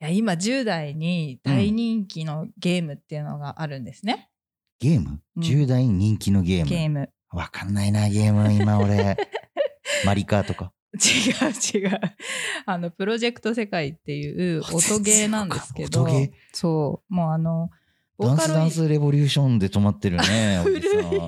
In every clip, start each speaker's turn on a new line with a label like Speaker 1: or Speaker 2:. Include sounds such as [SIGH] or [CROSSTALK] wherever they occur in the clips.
Speaker 1: や今10代に大人気のゲームっていうのがあるんですね。
Speaker 2: ゲーム、
Speaker 1: うん
Speaker 2: ?10 代に人気のゲーム。
Speaker 1: ゲーム。
Speaker 2: わかんないな、ゲーム、今
Speaker 1: [LAUGHS]
Speaker 2: 俺。マリカーとか。
Speaker 1: 違う違う。 [LAUGHS] あの、プロジェクト世界っていう音ゲーなんですけど
Speaker 2: 音ゲー、
Speaker 1: そう、もうあの、ボ
Speaker 2: ダ
Speaker 1: ー
Speaker 2: ン
Speaker 1: カ
Speaker 2: ス
Speaker 1: ロイ
Speaker 2: ダ
Speaker 1: ド
Speaker 2: ンスレボリューションで止まってるね、お
Speaker 1: [LAUGHS] 古い
Speaker 2: じさんは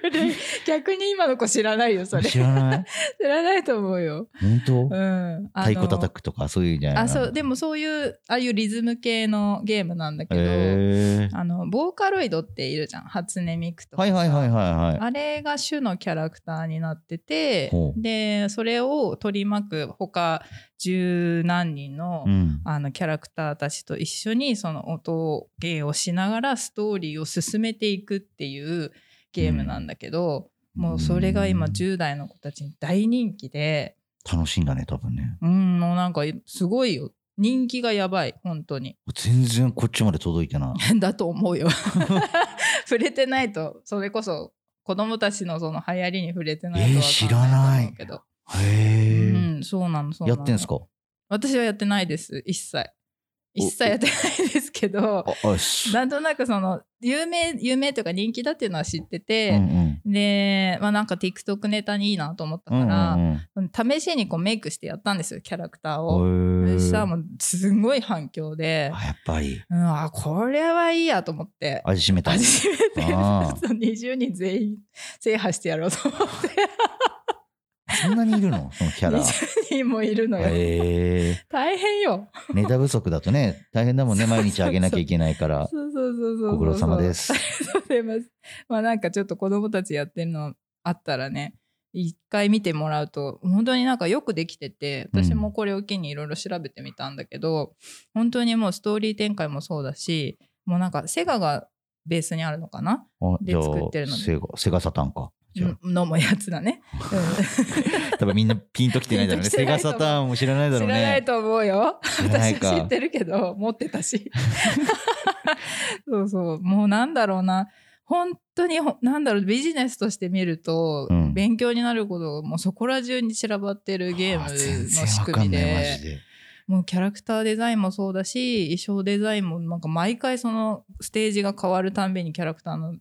Speaker 1: 古い逆に今の子知らないよそれ
Speaker 2: 知
Speaker 1: 知
Speaker 2: らない
Speaker 1: らないと思うよ、
Speaker 2: 本
Speaker 1: う
Speaker 2: 当、
Speaker 1: ん、
Speaker 2: 太鼓叩
Speaker 1: く
Speaker 2: くとか、そういうんじゃない
Speaker 1: あそうで
Speaker 2: も、
Speaker 1: もそういうああいうリズム系のゲームなんだけど、
Speaker 2: へ
Speaker 1: あのボーカロイドっているじゃん初音ミクと
Speaker 2: ー
Speaker 1: か
Speaker 2: はいはいはい
Speaker 1: い
Speaker 2: はいは
Speaker 1: あれが主のキャラクターになってて
Speaker 2: ほう
Speaker 1: でそれを取り巻く他十何人の、
Speaker 2: い。うん。
Speaker 1: あのキャラクターたちと一緒にその音芸をしながらストーリーを進めていくっていうゲームなんだけど、もうそれが今
Speaker 2: うん
Speaker 1: 10代の子たちに大人気で
Speaker 2: 楽しいんだね、多分ね。
Speaker 1: うんもうなんかすごいよ人気がやばい本当に
Speaker 2: 全然こっちまで届いてな
Speaker 1: [LAUGHS]
Speaker 2: い。
Speaker 1: だと思うよ触れてないとそれこそ子供たちのその流行りに触れてないと
Speaker 2: えー
Speaker 1: わかんないと思うけど、
Speaker 2: へえ、
Speaker 1: うんそうなのそう
Speaker 2: や
Speaker 1: なの
Speaker 2: ってんすか
Speaker 1: 私はやってないです一切一切
Speaker 2: お
Speaker 1: やってないですけど
Speaker 2: あ、あし。
Speaker 1: なんとなくその有名有名というか人気だっていうのは知って
Speaker 2: うんう
Speaker 1: て、
Speaker 2: ん。
Speaker 1: で、まあ、なんか TikTok ネタにいいなと思った
Speaker 2: うんう
Speaker 1: か
Speaker 2: ん
Speaker 1: ら、
Speaker 2: うん
Speaker 1: 試しにこうメイクしてやったんですよキャラクターを。
Speaker 2: へ
Speaker 1: そ
Speaker 2: ー
Speaker 1: したらもうすんごい反響で、
Speaker 2: あやっぱり
Speaker 1: うん、あこれはいいやと思って。
Speaker 2: 味しめた。
Speaker 1: 初めて
Speaker 2: あー
Speaker 1: そう20人全員制覇してやろうと思って
Speaker 2: そんなにい
Speaker 1: [LAUGHS]
Speaker 2: るのそのキャラ。
Speaker 1: 20人もいるのよ、
Speaker 2: へえ
Speaker 1: 大変よ
Speaker 2: ネタ不足だとね、大変だもんね、毎日あげなきゃいけないから。
Speaker 1: そうそうそうそうそう
Speaker 2: ご苦労様
Speaker 1: [LAUGHS]
Speaker 2: です
Speaker 1: ありがとうございます。まあなんかちょっと子供たちやってるのあったらね、一回見てもらうと、本当になんかよくできてて、
Speaker 2: うん
Speaker 1: 私もこれを機にいろいろ調べてみたんだけど、本当にもうストーリー展開もそうだし、もうなんかセガがベースにあるのかな
Speaker 2: あ
Speaker 1: で
Speaker 2: じゃあ
Speaker 1: 作ってるのね
Speaker 2: セガ、セガサターンか。じゃあ
Speaker 1: のもやつだね。
Speaker 2: 多分みんなピンときてないだろう
Speaker 1: ピ
Speaker 2: ね。
Speaker 1: ンときて
Speaker 2: セ
Speaker 1: ない
Speaker 2: ガ
Speaker 1: と思
Speaker 2: サ
Speaker 1: う
Speaker 2: ターンも知らない
Speaker 1: うん
Speaker 2: だ
Speaker 1: 知
Speaker 2: ろう
Speaker 1: らない
Speaker 2: ね。
Speaker 1: と思うよ。
Speaker 2: 知らな
Speaker 1: 私
Speaker 2: い
Speaker 1: 知
Speaker 2: か
Speaker 1: っ。てるけど持ってたしそうそうもうなんだろうな本当にほなんだろうビジネスとして見ると、
Speaker 2: うん
Speaker 1: 勉強になることがもうそこら中に散らばってるゲーム
Speaker 2: あ全
Speaker 1: の
Speaker 2: 然わ
Speaker 1: 仕
Speaker 2: か
Speaker 1: 組み
Speaker 2: ん
Speaker 1: で
Speaker 2: ないマジで。
Speaker 1: もうキャラクターデザインもそうだし衣装デザインもなんか毎回そのステージが変わるたんびにキャラクターの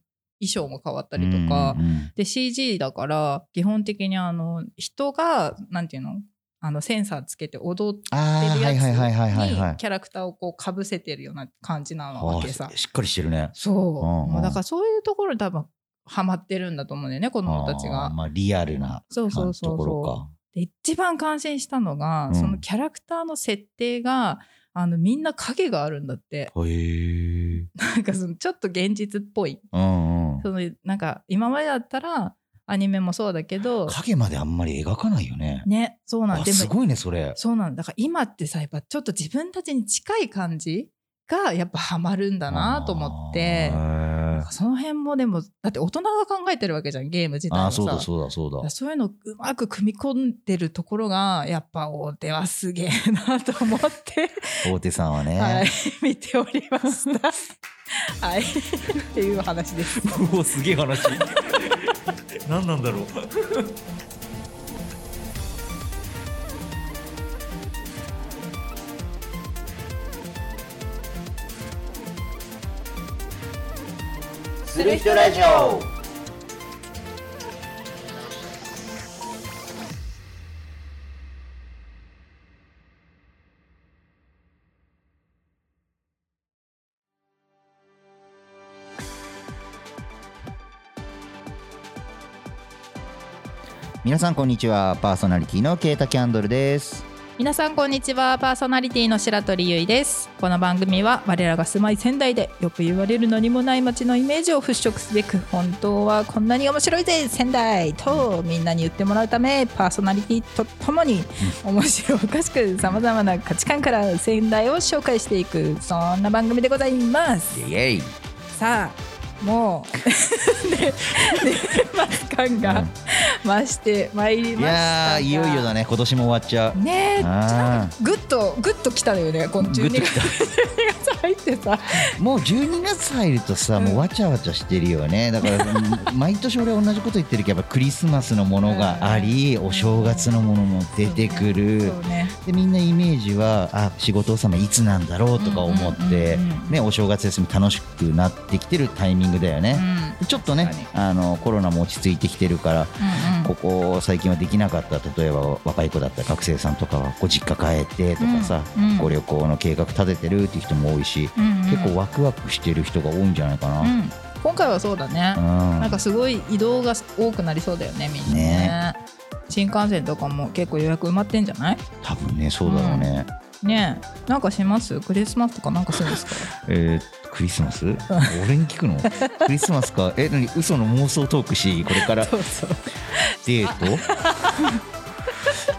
Speaker 1: 衣装も変わったりとか、
Speaker 2: うんうんうん
Speaker 1: で CG だから基本的にあの人がなんていうのあのセンサーつけて踊っって
Speaker 2: ああ、
Speaker 1: る
Speaker 2: はい
Speaker 1: やつ
Speaker 2: はいはいはいはいは
Speaker 1: に
Speaker 2: い。
Speaker 1: キャラクターをこうかぶせてるような感じなわけ
Speaker 2: あ
Speaker 1: さ
Speaker 2: あ。しっかりしてるね。
Speaker 1: そう、
Speaker 2: うんうん
Speaker 1: もうだからそういうところに多分ハマってるんだと思うんだよね子供たち
Speaker 2: あ
Speaker 1: が
Speaker 2: ー。まあリアルな
Speaker 1: そうそうそう
Speaker 2: ところ
Speaker 1: そ
Speaker 2: か。
Speaker 1: う。で一番感心したのが、
Speaker 2: うん
Speaker 1: そのキャラクターの設定があのみんな影があるんだって [LAUGHS]
Speaker 2: へえ。
Speaker 1: なんかそのちょっと現実っぽい
Speaker 2: うんうん。
Speaker 1: そのなんか今までだったらアニメもそうだけど
Speaker 2: 影まであんまり描かないよね。
Speaker 1: ねそうなん
Speaker 2: あすごいねそれ。
Speaker 1: そうなんだだから今ってさやっぱちょっと自分たちに近い感じがやっぱハマるんだなと思って
Speaker 2: あーへー
Speaker 1: その辺もでもだって大人が考えてるわけじゃんゲーム自体
Speaker 2: あ
Speaker 1: も
Speaker 2: ー
Speaker 1: さ
Speaker 2: そうだそうだそ
Speaker 1: だ
Speaker 2: う
Speaker 1: から
Speaker 2: だ。
Speaker 1: そういうのうまく組み込んでるところがやっぱ大手はすげえなと思って、
Speaker 2: 大手さんはね。
Speaker 1: はい、見ておりました。はい、っていう話です。
Speaker 2: うおすげえ話 [LAUGHS] 何なんだろうする人ラジオ皆さんこんにちはパーソナリティのケータキャンドルです
Speaker 1: 皆さんこんにちはパーソナリティの白鳥ゆいですこの番組は我らが住まい仙台でよく言われる何もない街のイメージを払拭すべく本当はこんなに面白いぜ仙台とみんなに言ってもらうためパーソナリティとともに面白おかしくさまざまな価値観から仙台を紹介していくそんな番組でございます
Speaker 2: イエイイ
Speaker 1: さあもうね [LAUGHS] 年末感が増してまいり
Speaker 2: い
Speaker 1: ました
Speaker 2: や
Speaker 1: が
Speaker 2: ーいよいよだね今年も終わっちゃう
Speaker 1: ねえ
Speaker 2: あー
Speaker 1: なんかグッとグッときたのよねこの
Speaker 2: グッ
Speaker 1: 12
Speaker 2: と
Speaker 1: 月入ってさ
Speaker 2: もう12月入るとさ、
Speaker 1: うん
Speaker 2: もうわちゃわちゃしてるよねだからうん毎年俺同じこと言ってるけどやっぱクリスマスのものがあり、
Speaker 1: うん
Speaker 2: お正月のものも出てくる、
Speaker 1: そうね
Speaker 2: でみんなイメージはあ仕事納めいつなんだろうとか思って、
Speaker 1: うんうんうんうん
Speaker 2: ね、お正月休み楽しくなってきてるタイミングだよね、ちょっとね
Speaker 1: 確かに
Speaker 2: あのコロナも落ち着いてきてるから
Speaker 1: うん
Speaker 2: ここ最近はできなかった例えば若い子だったら学生さんとかはご実家帰ってとかさ、
Speaker 1: うんうん
Speaker 2: ご旅行の計画立ててるっていう人も多いし、
Speaker 1: うんうんうん
Speaker 2: 結構ワクワクしてる人が多いんじゃないか
Speaker 1: う
Speaker 2: な。
Speaker 1: ん今回はそうだね、
Speaker 2: うん
Speaker 1: なんかすごい移動が多くなりそうだよねみんなね新幹線とかも結構予約埋まってんじゃない
Speaker 2: 多分ねそうだろうね、
Speaker 1: ねえなんかしますクリスマスとかなんかするん
Speaker 2: [LAUGHS]
Speaker 1: ですか
Speaker 2: えークリス
Speaker 1: [LAUGHS]
Speaker 2: マス俺に聞くのクリスマスかえ何嘘の妄想トークしこれから
Speaker 1: そうそう [LAUGHS]
Speaker 2: デート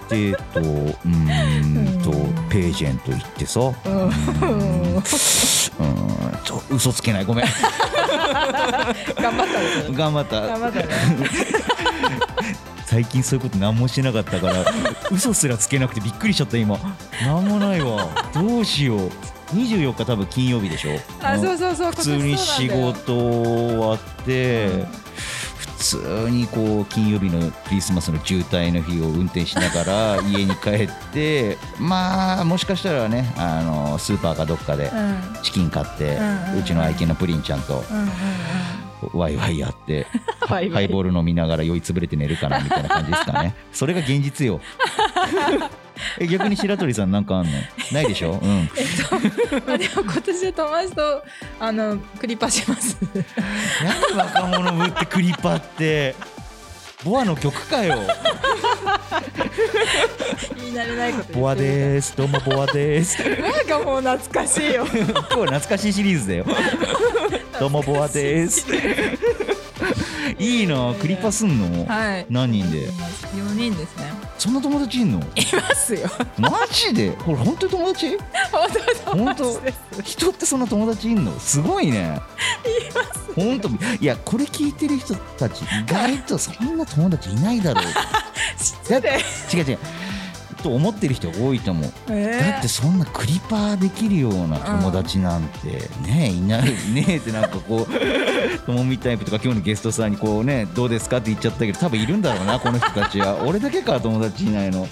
Speaker 2: デートうーんと
Speaker 1: うん
Speaker 2: ページェント行ってさう
Speaker 1: うん
Speaker 2: ーんうーんと嘘つけない
Speaker 1: [LAUGHS]
Speaker 2: ごめん
Speaker 1: 頑張ったです
Speaker 2: 頑張った
Speaker 1: 頑張ったね
Speaker 2: 最近そういうこと何もしてなかったから嘘すらつけなくてびっくりしちゃった今何もないわどうし
Speaker 1: [LAUGHS]
Speaker 2: よう24日多分金曜日でしょ
Speaker 1: あそうそうそう
Speaker 2: 普通に仕事終わって、
Speaker 1: うん
Speaker 2: 普通にこう金曜日のクリスマスの渋滞の日を運転し
Speaker 1: [LAUGHS]
Speaker 2: ながら家に帰ってまあもしかしたらねあのスーパーかどっかで
Speaker 1: うんうんうん
Speaker 2: チキン買って、
Speaker 1: うんうん
Speaker 2: うちの愛犬のプリンちゃんと
Speaker 1: うん
Speaker 2: ワイワイやって
Speaker 1: [LAUGHS] ワイワイ
Speaker 2: ハイボール飲みながら酔いつぶれて寝るかなみたいな感じですか
Speaker 1: [LAUGHS]
Speaker 2: ねそれが現実よえ逆に白鳥さんなんかあんのないでしょ、うん、
Speaker 1: あでも今年は友達とあのクリパし
Speaker 2: [LAUGHS]
Speaker 1: ます
Speaker 2: 何若者ぶってクリパってボアの曲かよ
Speaker 1: 言い慣れないこと
Speaker 2: ボアですどうもボアです
Speaker 1: すなんかもう懐かしいよ
Speaker 2: 今日は懐かしいシリーズだよどうもボアですいいなクリパすんの、
Speaker 1: はい
Speaker 2: 何人で
Speaker 1: 4人ですね
Speaker 2: そんな友達いんの
Speaker 1: いますよ
Speaker 2: マジでこれ本当に友達
Speaker 1: 本当に友達
Speaker 2: 本当
Speaker 1: です
Speaker 2: 人ってそんな友達いんのすごいね本当いやこれ聞いてる人たち意外とそんな友達いないだ
Speaker 1: [LAUGHS]
Speaker 2: ろうだって違う違うと思ってる人多いと思うだってそんなクリパーできるような友達なんてねいないねえってなんかこう [LAUGHS] ともみタイプとか今日のゲストさんにこうねどうですかって言っちゃったけど多分いるんだろうなこの人たち
Speaker 1: [LAUGHS]
Speaker 2: は俺だけか友達いないの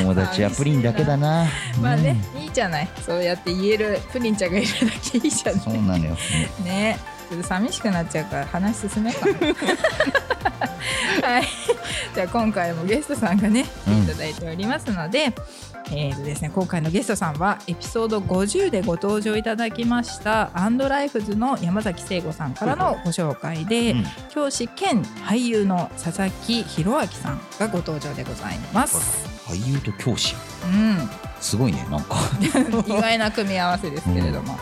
Speaker 2: 友達はプリンだけだな
Speaker 1: [LAUGHS] まあね
Speaker 2: うん、
Speaker 1: いいじゃないそうやって言えるプリンちゃんがいるだけいいじゃ
Speaker 2: そ
Speaker 1: な
Speaker 2: う
Speaker 1: い
Speaker 2: なのよ
Speaker 1: ねちょっと寂しくなっちゃうから話進め
Speaker 2: [LAUGHS]
Speaker 1: ようかなはいじゃあ今回もゲストさんがね
Speaker 2: うん
Speaker 1: 来ていただいておりますので、えーとですね、今回のゲストさんはエピソード50でご登場いただきましたアンドライフズの山崎聖吾さんからのご紹介で、
Speaker 2: うん
Speaker 1: 教師兼俳優の佐々木弘明さんがご登場でございます。
Speaker 2: 俳優と教師
Speaker 1: うん
Speaker 2: すごいね
Speaker 1: [LAUGHS]
Speaker 2: なんか
Speaker 1: 意外な組み合わせですけれ
Speaker 2: [LAUGHS]
Speaker 1: ども。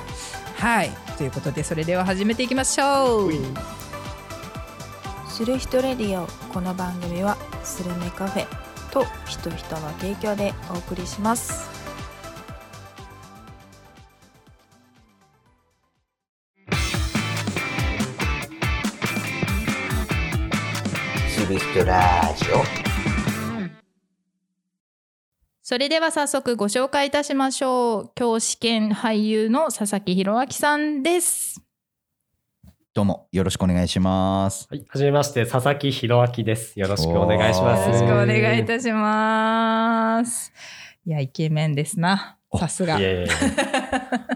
Speaker 1: はいということでそれでは始めていきましょう。
Speaker 3: する人レディオこの番組はスルメカフェと人人の提供でお送りします
Speaker 2: する人ラジオ
Speaker 1: それでは早速ご紹介いたしましょう。教師兼俳優の佐々木弘明さんです。
Speaker 2: どうもよろしくお願いします
Speaker 4: はい、はじめまして、佐々木弘明です。よろしくお願いし
Speaker 2: あ
Speaker 4: ま
Speaker 1: よ
Speaker 4: す。
Speaker 1: ろしくお願いい
Speaker 4: した
Speaker 1: します。いやイケメンですな。さすが。
Speaker 4: えいえ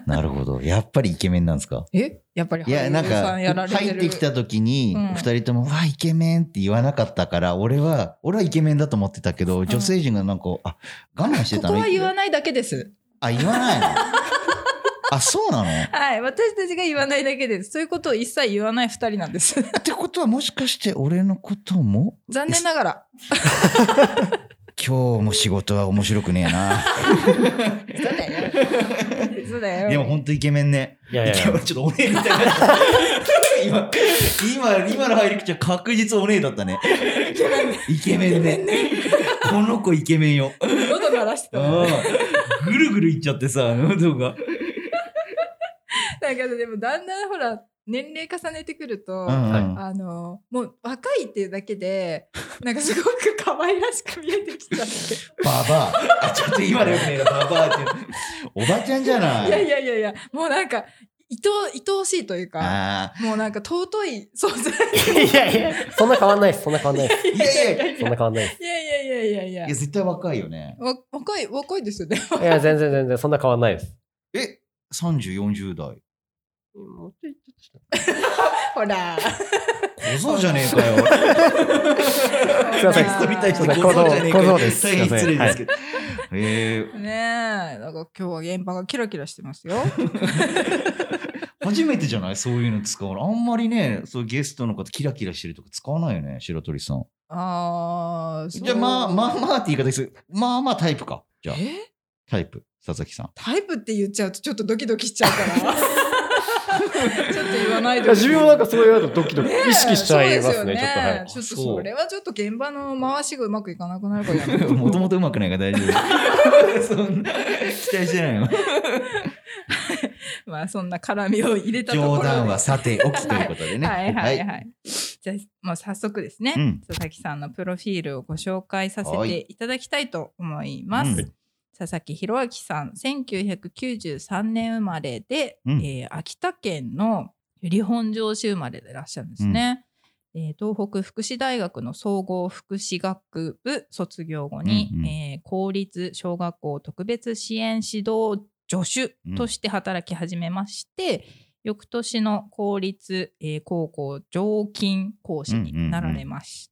Speaker 2: なるほどやっぱりイケメンなんですか
Speaker 1: えやっぱり
Speaker 2: い
Speaker 1: 俳
Speaker 2: やなん
Speaker 1: 優さんやら
Speaker 2: か
Speaker 1: れてる。
Speaker 2: 入ってきた時に
Speaker 1: うん
Speaker 2: 2人とも「わあイケメン」って言わなかったから俺は俺はイケメンだと思ってたけど女性陣がなんかあ我慢して
Speaker 1: こ
Speaker 2: た
Speaker 1: こ
Speaker 2: の
Speaker 1: は言わないだけです。
Speaker 2: あ言わないのあそうなのっ
Speaker 1: はい、私たちが言わないだけです。そういうことを一切言わない二人なんです。
Speaker 2: てことはもしかして俺のことも
Speaker 1: [LAUGHS] 残念ながら。
Speaker 2: 今日も仕事は面白くねえな
Speaker 1: そうだよ。 [LAUGHS] そうだよ。
Speaker 2: でもほんとイケメンね
Speaker 4: いやいやい
Speaker 2: 今
Speaker 4: や
Speaker 2: 日ちょっとおねえみたいな今今今の入り口は確実おねえだったねイケメンねこの子イケメンよ
Speaker 1: [LAUGHS] 喉鳴らしてたもん。
Speaker 2: ぐるぐるいっちゃってさ喉が
Speaker 1: なんかでもだんだんほら年齢重ねてくると、
Speaker 2: は
Speaker 1: あのもう若いっていうだけ
Speaker 2: [LAUGHS]
Speaker 1: でなんかすごく可愛らしく見えてきちゃっ
Speaker 2: い、ババアあちょっと今のよくねえなババアっておばちゃんじゃ
Speaker 1: て
Speaker 2: ない
Speaker 1: いやいやいやいやもうなんか愛お愛おしいというか、
Speaker 2: あ
Speaker 1: もうなんか尊 [LAUGHS] い存在。
Speaker 4: いやいや、そんな変わんないです。そんな変わんないです。
Speaker 2: ーいやいやい
Speaker 4: そんな変わんないです。
Speaker 1: いやいやいやいやいや
Speaker 2: や、。絶対若いよね。
Speaker 1: わ若い、若いですよね。 [LAUGHS]
Speaker 4: いや、全然全然、そんな変わんないです。
Speaker 2: え、30、40代。
Speaker 1: ほら。
Speaker 2: 小僧じゃねえ
Speaker 4: [LAUGHS]
Speaker 2: かよ。
Speaker 1: す
Speaker 4: いません
Speaker 2: 人みたい人
Speaker 4: すいません
Speaker 2: 小僧じゃねえか
Speaker 4: 小
Speaker 2: よ
Speaker 4: 僧です
Speaker 2: 大変失礼ですけど。えー
Speaker 1: ねえ、なんか今日は現場がキラキラしてますよ。
Speaker 2: 初めてじゃないそういうの使うの。あんまりね、そういうゲストの方キラキラしてるとか使わないよね、白鳥さん。
Speaker 1: ああ、そう
Speaker 2: じゃあ、まあまあまあって言い方でする。まあまあタイプか。じゃあ、
Speaker 1: え
Speaker 2: タイプ、佐々木さん。
Speaker 1: タイプって言っちゃうとちょっとドキドキしちゃう
Speaker 2: [LAUGHS]
Speaker 1: から。 [LAUGHS] ちょっと言わない
Speaker 4: い
Speaker 1: で
Speaker 4: や
Speaker 1: ほしい
Speaker 4: 自分もなんかそういうのドキドキ
Speaker 1: ねえ
Speaker 4: 意識しちゃいます
Speaker 1: そう
Speaker 4: ね、
Speaker 1: で
Speaker 4: ちょっとはい。
Speaker 1: ちょっとそれはちょっと現場の回しがうまくいかなくなるからやめ
Speaker 4: [LAUGHS]
Speaker 1: よう
Speaker 2: [LAUGHS] もともとうまくないから大丈夫。 [LAUGHS] そんな、期待してない
Speaker 1: [LAUGHS]
Speaker 2: の。
Speaker 1: まあそんな絡みを入れたところ
Speaker 2: 冗
Speaker 1: で
Speaker 2: 談はさておきということでね。
Speaker 1: はいはいはい。じゃあもう早速ですね、
Speaker 2: うん
Speaker 1: 佐々木さんのプロフィールをご紹介させ
Speaker 2: はい
Speaker 1: ていただきたいと思います。
Speaker 2: うん
Speaker 1: 佐々木弘明さん1993年生まれで、
Speaker 2: うん
Speaker 1: えー秋田県の由利本荘市生まれでいらっしゃるんですね。えー東北福祉大学の総合福祉学部卒業後に、
Speaker 2: うんうん
Speaker 1: えー公立小学校特別支援指導助手として働き始めまして、翌年の公立、えー高校常勤講師になられまし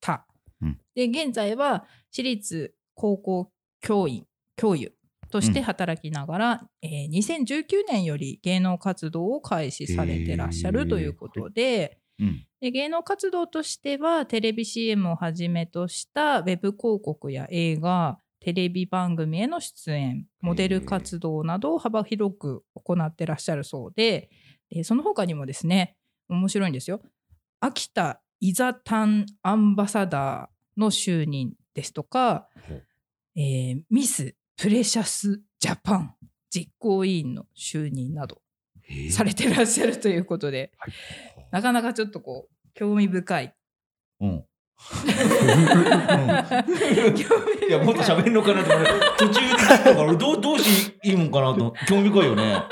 Speaker 1: た。
Speaker 2: うんうん
Speaker 1: で現在は私立高校教員教諭として働きながら、えー2019年より芸能活動を開始されてらっしゃ
Speaker 2: へ
Speaker 1: る
Speaker 2: ー
Speaker 1: ということで。
Speaker 2: うん
Speaker 1: で芸能活動としてはテレビ CM をはじめとしたウェブ広告や映画テレビ番組への出演モデル活動などを幅広く行ってらっしゃるそうで、えーその他にもですね面白いんですよ秋田イザタンアンバサダーの就任ですとか
Speaker 4: ほう、
Speaker 1: えーミスプレシャスジャパン実行委員の就任などされてらっしゃるということで、
Speaker 4: はい
Speaker 1: なかなかちょっとこう興味深い。 [LAUGHS]
Speaker 2: うん。うん
Speaker 1: 興味深い
Speaker 2: いや、もっと喋るのかなと思って、途中で切ったから、俺どう、どうしていいもんかなと思って、興味深いよね。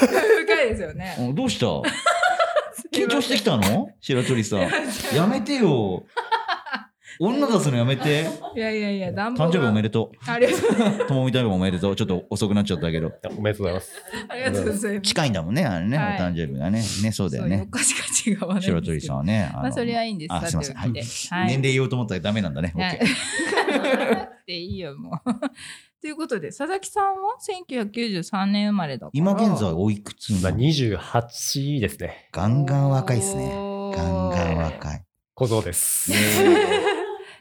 Speaker 1: 興味深いですよね。
Speaker 2: うんどうした緊張してきたの白鳥さん。
Speaker 1: た
Speaker 2: やめてよ。女出すのやめ
Speaker 1: [LAUGHS]
Speaker 2: て。
Speaker 1: いやいやいや、暖房
Speaker 2: 誕生日おめ
Speaker 1: で
Speaker 2: でと
Speaker 1: ありがとう
Speaker 2: う。ともみ誕生日おめでとう。ちょっと遅くなっちゃったけど。
Speaker 4: いやおめでとうございます。
Speaker 1: ありがとうございます。
Speaker 2: 近いんだもんね、あれね、
Speaker 1: はい
Speaker 2: お誕生日がね。ね、そうだよ
Speaker 1: そうい
Speaker 2: ね
Speaker 1: う。お菓子が違わないんですけど。
Speaker 2: 白鳥さんはね。
Speaker 1: まあそれ
Speaker 2: は
Speaker 1: はいいんです
Speaker 2: あすいません
Speaker 1: さておきではい
Speaker 2: 年齢言おうと思ったらダメなんだね。
Speaker 1: はい
Speaker 2: OK
Speaker 1: [LAUGHS] でいいよもう。ということで佐々木さんは1993年生まれだから
Speaker 2: 今現在おいくつな
Speaker 4: 今
Speaker 2: の
Speaker 4: 28ですね。
Speaker 2: ガンガン若いですね。
Speaker 1: おー
Speaker 2: ガンガン若い。
Speaker 4: 小僧です。
Speaker 1: [LAUGHS]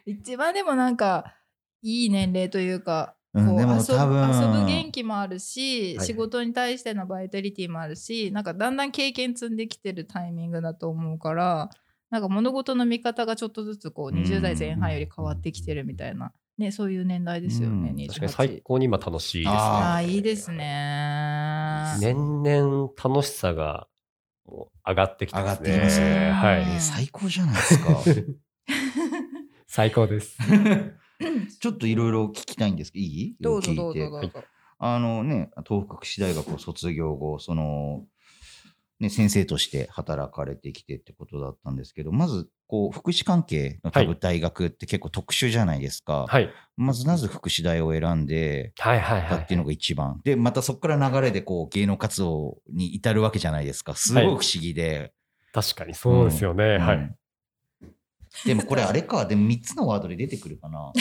Speaker 1: 一番でもなんかいい年齢というか、
Speaker 2: うん
Speaker 1: こう
Speaker 2: でも
Speaker 1: 遊ぶ
Speaker 2: 多分
Speaker 1: 遊ぶ元気もあるし、
Speaker 4: はい
Speaker 1: 仕事に対してのバイタリティもあるしなんかだんだん経験積んできてるタイミングだと思うからなんか物事の見方がちょっとずつこう20代前半より変わってきてるみたいな、ね、そういう年代ですよね、
Speaker 2: うん
Speaker 1: 28
Speaker 4: 確かに最高に今楽しいですね。
Speaker 1: あ
Speaker 2: あ
Speaker 1: あいいです。ね。
Speaker 4: 年々楽しさがもう上がってきてますね。
Speaker 2: 上がってきますね
Speaker 4: はい。
Speaker 2: えー最高じゃないで
Speaker 1: [LAUGHS]
Speaker 2: すか。
Speaker 4: 最高 [LAUGHS] です。
Speaker 2: ちょっといろいろ聞きたいんですけど、いい
Speaker 1: どうぞ
Speaker 2: 聞いて
Speaker 1: どうぞどうぞ。
Speaker 2: あのね、東北福祉大学を卒業後、その、ね、先生として働かれてきてってことだったんですけど、まず、こう、福祉関係の多
Speaker 4: は
Speaker 2: 分大学って結構特殊じゃないですか。
Speaker 4: はい。
Speaker 2: まず、なぜ福祉大を選んで、
Speaker 4: はいはい
Speaker 2: だ
Speaker 4: は
Speaker 2: っ
Speaker 4: い
Speaker 2: てい。うのが一番。で、またそこから流れでこう芸能活動に至るわけじゃないですか。すごい不思議で。
Speaker 4: 確かにそうですよね。は
Speaker 2: う
Speaker 4: い。
Speaker 2: んでもこれあれか、でも3つのワードで出てくる
Speaker 1: [LAUGHS]
Speaker 2: かな。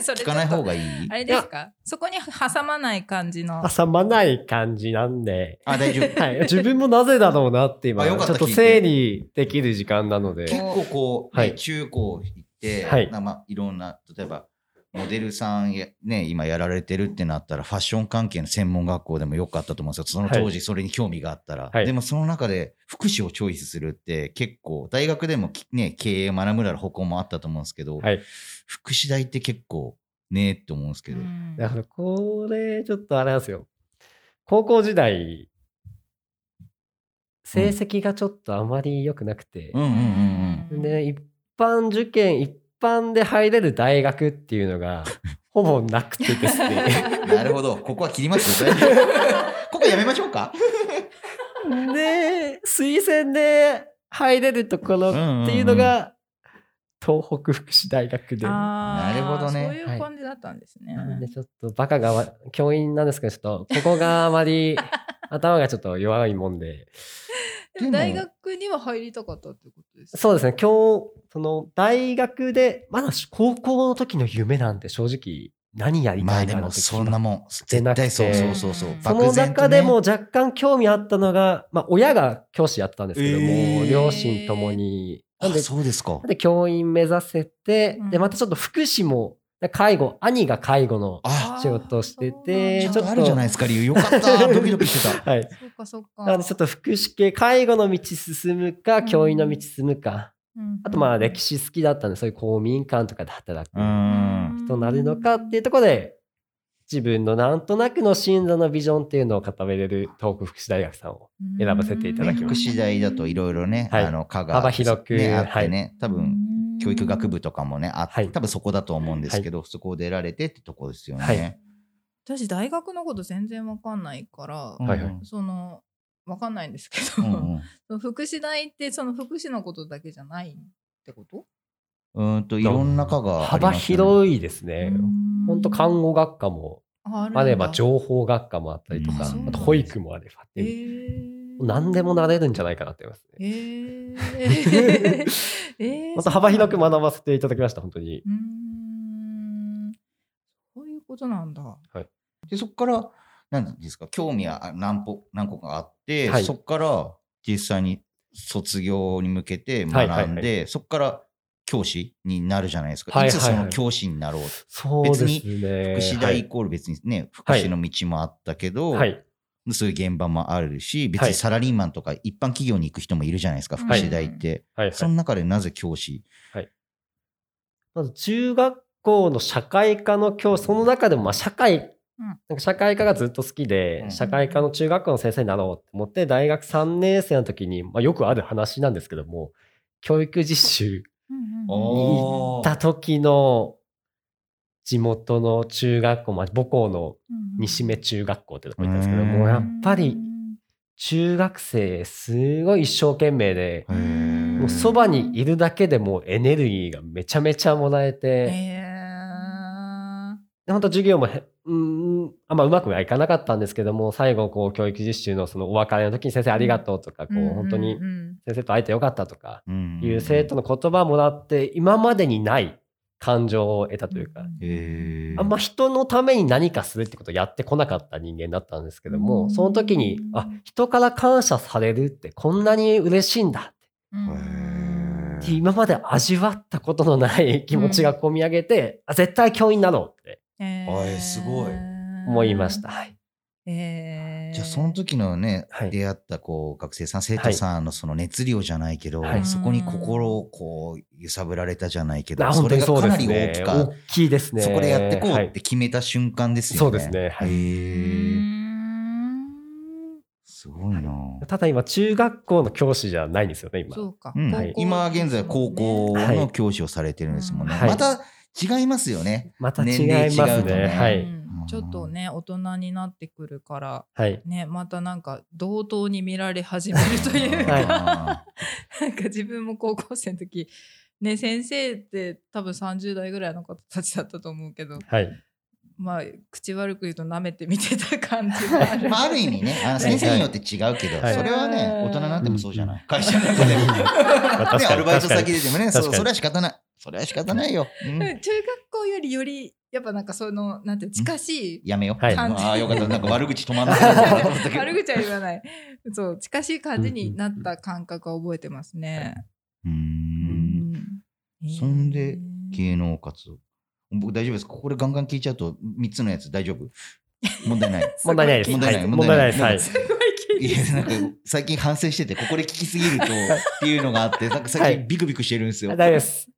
Speaker 1: それち
Speaker 2: 聞
Speaker 1: ょ
Speaker 2: か
Speaker 1: っ
Speaker 2: ない方
Speaker 1: と
Speaker 2: がいい
Speaker 1: あれですかそこに挟まない感じ
Speaker 4: [LAUGHS]
Speaker 1: の。
Speaker 4: 挟まない感じなんで。
Speaker 2: あ、大丈夫。
Speaker 4: はい。自分もなぜだろうなって今、
Speaker 2: あ
Speaker 4: ち
Speaker 2: よ
Speaker 4: ょ
Speaker 2: かった
Speaker 4: っと
Speaker 2: 聞いて
Speaker 4: 整理できる時間なの
Speaker 2: 結
Speaker 4: で。
Speaker 2: 構こう、
Speaker 4: は
Speaker 2: ね
Speaker 4: い
Speaker 2: 中高行って、
Speaker 4: はい
Speaker 2: なんかまあ、いろんな例えばモデルさんや、ね、今やられてるってなったらファッション関係の専門学校でもよかったと思うんですよその当時それに興味があったら、
Speaker 4: はい
Speaker 2: でもその中で福祉をチョイスするって結構大学でもき、ね、経営学ぶなら歩行もあったと思うんですけど、
Speaker 4: はい
Speaker 2: 福祉大って結構ねえって思うんですけど、
Speaker 1: うん
Speaker 4: だからこれ、ちょっとあれなんですよ。高校時代、成績がちょっとあまり良くなくて
Speaker 2: うん、うんうんうん
Speaker 1: うん
Speaker 4: で、一般受験、一般で入れる大学っていうの
Speaker 2: [LAUGHS]
Speaker 4: が、ほぼなくてですね。 [LAUGHS]
Speaker 2: なるほどここは切りますよ大丈夫ここやめましょうか
Speaker 4: で、推薦で入れるところっていうのが、東北福祉大学で。な
Speaker 1: あー
Speaker 2: なるほどね
Speaker 1: そういう感じだったんですね。
Speaker 4: んでちょっとバカがわ、教員なんですけど、ちょっと、ここがあま [LAUGHS] り頭がちょっと弱いもんで、
Speaker 2: でも
Speaker 1: 大学には入りたかったってことですか
Speaker 4: そうですね、今日、その、大学で、まだ高校の時の夢なんて正直、何やり
Speaker 2: ま
Speaker 4: た
Speaker 2: あ
Speaker 4: い
Speaker 2: で
Speaker 4: かな
Speaker 2: も
Speaker 4: って
Speaker 2: そんなもん
Speaker 4: じゃ
Speaker 2: 絶
Speaker 4: なくて
Speaker 2: 対そうそうそうそう
Speaker 1: そ
Speaker 4: そ
Speaker 2: 漠
Speaker 4: の
Speaker 2: 然と
Speaker 4: 中
Speaker 2: ね
Speaker 4: でも若干興味あったのが、まあ親が教師やってたんですけども、
Speaker 2: えー
Speaker 4: 両親ともに。なんで
Speaker 2: あ、そうですか
Speaker 4: なんで教員目指せて、
Speaker 1: うん
Speaker 4: で、またちょっと福祉も、介護、兄が介護の、
Speaker 2: あ
Speaker 4: 仕事して
Speaker 1: あー
Speaker 4: て
Speaker 2: ち
Speaker 1: そ
Speaker 2: ょ
Speaker 1: うなん
Speaker 2: っ
Speaker 1: だ
Speaker 2: とあるじゃないですか理由よかっ
Speaker 4: [LAUGHS]
Speaker 2: たドキドキしてた
Speaker 4: はい。
Speaker 1: そうかそうか。
Speaker 4: なのでちょっと福祉系、介護の道進むか、
Speaker 1: うん
Speaker 4: 教員の道進むか、
Speaker 1: うん
Speaker 4: あとまあ歴史好きだったんで、そういう公民館とかで働く
Speaker 2: うーん
Speaker 4: 人になるのかっていうところで、自分のなんとなくの進路のビジョンっていうのを固めれる東北福祉大学さんを。選ばせていただき
Speaker 2: 福
Speaker 4: まし
Speaker 2: 祉大だといろいろね、
Speaker 4: はい
Speaker 2: あの科が
Speaker 4: 幅広く
Speaker 2: ね、あってね、多分
Speaker 1: 分
Speaker 2: 教育学部とかもねあって、
Speaker 4: はい
Speaker 2: 多分そこだと思うんですけど、そこを出られてってとこですよね。
Speaker 4: はい
Speaker 1: 私大学のこと全然わかんないから、
Speaker 2: うん
Speaker 4: はいはい
Speaker 1: そのわかんないんですけ
Speaker 2: う
Speaker 1: ど、
Speaker 2: んうん
Speaker 1: [LAUGHS] その福祉大ってその福祉のことだけじゃないってこと
Speaker 2: うーんといろんな科があります、ね、
Speaker 4: 幅広いですね。
Speaker 1: ほ
Speaker 4: 本当看護学科もあれば情報学科もあったりとか、
Speaker 1: うん
Speaker 4: あと保育もあればって
Speaker 1: え
Speaker 4: いう、
Speaker 1: ー、
Speaker 4: 何でもなれるんじゃないかなって思いますね。
Speaker 1: え
Speaker 4: [LAUGHS]
Speaker 1: ー、えー
Speaker 4: また幅広く学ばせていただきました、本当
Speaker 1: う
Speaker 4: に。
Speaker 1: ーんそういうことなんだ。
Speaker 2: でそこから何ですか興味は何個何個かあって、
Speaker 4: はい
Speaker 2: そこから実際に卒業に向けて学んで、
Speaker 4: はいはいは
Speaker 2: そこから教師になるじゃないですか、
Speaker 4: はい
Speaker 2: い
Speaker 4: はいはい
Speaker 2: つその教師になろうって
Speaker 4: そうですね。
Speaker 2: 福祉大イコール別にね、
Speaker 4: はい
Speaker 2: 福祉の道もあったけど、
Speaker 4: はい、はい
Speaker 2: そういう現場もあるし別
Speaker 4: は
Speaker 2: に
Speaker 4: い
Speaker 2: サラリーマンとか一般企業に行く人もいるじゃないですか、
Speaker 1: はい
Speaker 2: 福祉大って、
Speaker 4: はい、
Speaker 2: その中でなぜ教師
Speaker 4: まず中学校の社会科の教その中でもまあ社会、
Speaker 1: うん
Speaker 4: なんか社会科がずっと好きで、
Speaker 2: うん
Speaker 4: 社会科の中学校の先生になろうと思って大学3年生の時に、まあ、よくある話なんですけども教育実習行
Speaker 2: おー
Speaker 4: った時の地元の中学校、まあ、母校の西目中学校ってとこ行ったんですけど
Speaker 2: うん
Speaker 4: もうやっぱり中学生すごい一生懸命で
Speaker 1: うん
Speaker 4: もうそばにいるだけでもうエネルギーがめちゃめちゃもらえて。
Speaker 1: えー
Speaker 4: で本当授業もへうーんあんまうまくはいかなかったんですけども最後こう教育実習のそのお別れの時に先生ありがとうとかこう本当に
Speaker 1: うんうん
Speaker 4: 先生と会えてよかったとか
Speaker 2: うん
Speaker 4: いう生徒の言葉もらって今までにない感情を得たというか
Speaker 2: へー
Speaker 4: あんま人のために何かするってことをやってこなかった人間だったんですけどもその時にあ人から感謝されるってこんなに嬉しいんだ
Speaker 1: うんうん
Speaker 4: って今まで味わったことのない気持ちがこみ上げてあ絶対教員なのって
Speaker 1: え
Speaker 2: あえすごい
Speaker 4: 思いまし。た。はい
Speaker 1: えー
Speaker 2: じゃあその時のね、
Speaker 4: はい
Speaker 2: 出会ったこう学生さん生徒さんのその熱量じゃないけど、
Speaker 4: はい
Speaker 2: そこに心をこう揺さぶられたじゃないけど、
Speaker 4: あ
Speaker 2: そ
Speaker 4: 本当
Speaker 2: れ
Speaker 4: に
Speaker 2: が
Speaker 4: そ
Speaker 2: か
Speaker 4: うで
Speaker 2: な
Speaker 4: す
Speaker 2: り大
Speaker 4: ね
Speaker 2: き
Speaker 4: 大
Speaker 2: く
Speaker 4: きいですね。
Speaker 2: そこでやってこう
Speaker 4: は
Speaker 2: っ
Speaker 4: い
Speaker 2: て決めた瞬間ですよね。
Speaker 4: そうですねはい
Speaker 2: へ
Speaker 1: う
Speaker 2: ー
Speaker 1: ーん
Speaker 2: すごいな。
Speaker 4: ただ今、中学校の教師じゃないんですよね、今。
Speaker 1: そうか。
Speaker 2: うん
Speaker 1: 高校
Speaker 2: 今現在高校
Speaker 4: はい
Speaker 2: の教師をされてるんですもんね。
Speaker 4: はい
Speaker 2: また違いますよ
Speaker 4: [LAUGHS]
Speaker 2: ね。
Speaker 4: また違
Speaker 2: 年
Speaker 4: い
Speaker 2: 齢
Speaker 4: ます
Speaker 2: 違うと
Speaker 4: ね。
Speaker 2: ね
Speaker 4: は
Speaker 1: う
Speaker 4: い。
Speaker 1: んちょっとね大人になってくるから
Speaker 4: はい。
Speaker 1: ねまたなんか同等に見られ始めるというか、
Speaker 4: はい
Speaker 1: なんか自分も高校生の時ね先生って多分30代ぐらいの方たちだったと思うけど
Speaker 2: [LAUGHS]
Speaker 4: はい。
Speaker 1: まあ口悪く言うと舐めて見てた感じがある。
Speaker 2: まあ、ある意味ね、あの先生によって違うけど、
Speaker 4: はい
Speaker 2: それはね、
Speaker 1: はい
Speaker 2: 大人になってもそうじゃない。会社の中でも。
Speaker 4: まあ確かに
Speaker 2: ね、アルバイト先ででもね、そ
Speaker 4: 確
Speaker 2: う
Speaker 4: かに
Speaker 2: それは仕方ない。それは仕方ないよ。うん
Speaker 1: うん中学校よりよりやっぱなんかそのなんていうの近しい
Speaker 2: やめよう。
Speaker 4: はい
Speaker 2: ああ、よかった。なんか悪口止まんない。
Speaker 1: 悪口は言わないそう近しい感じになった感覚は覚えてますね。
Speaker 2: [LAUGHS] うー。
Speaker 1: うんん
Speaker 2: そんで
Speaker 1: [LAUGHS]
Speaker 2: 芸能活動。僕大丈夫です。ここでガンガン聞いちゃうと、3つのやつ大丈夫問題ない。
Speaker 4: [LAUGHS] 問題ないです。
Speaker 2: 問題ない
Speaker 4: はい問
Speaker 2: 問
Speaker 4: 題
Speaker 2: 題
Speaker 4: な
Speaker 2: ないい
Speaker 4: です。はい。
Speaker 1: すごい気
Speaker 2: い
Speaker 1: に
Speaker 2: やなんか最近反省しててここで聞きすぎるとっていうのがあってなんか最近ビクビクしてるんですよ。 [LAUGHS]
Speaker 4: 大丈夫です。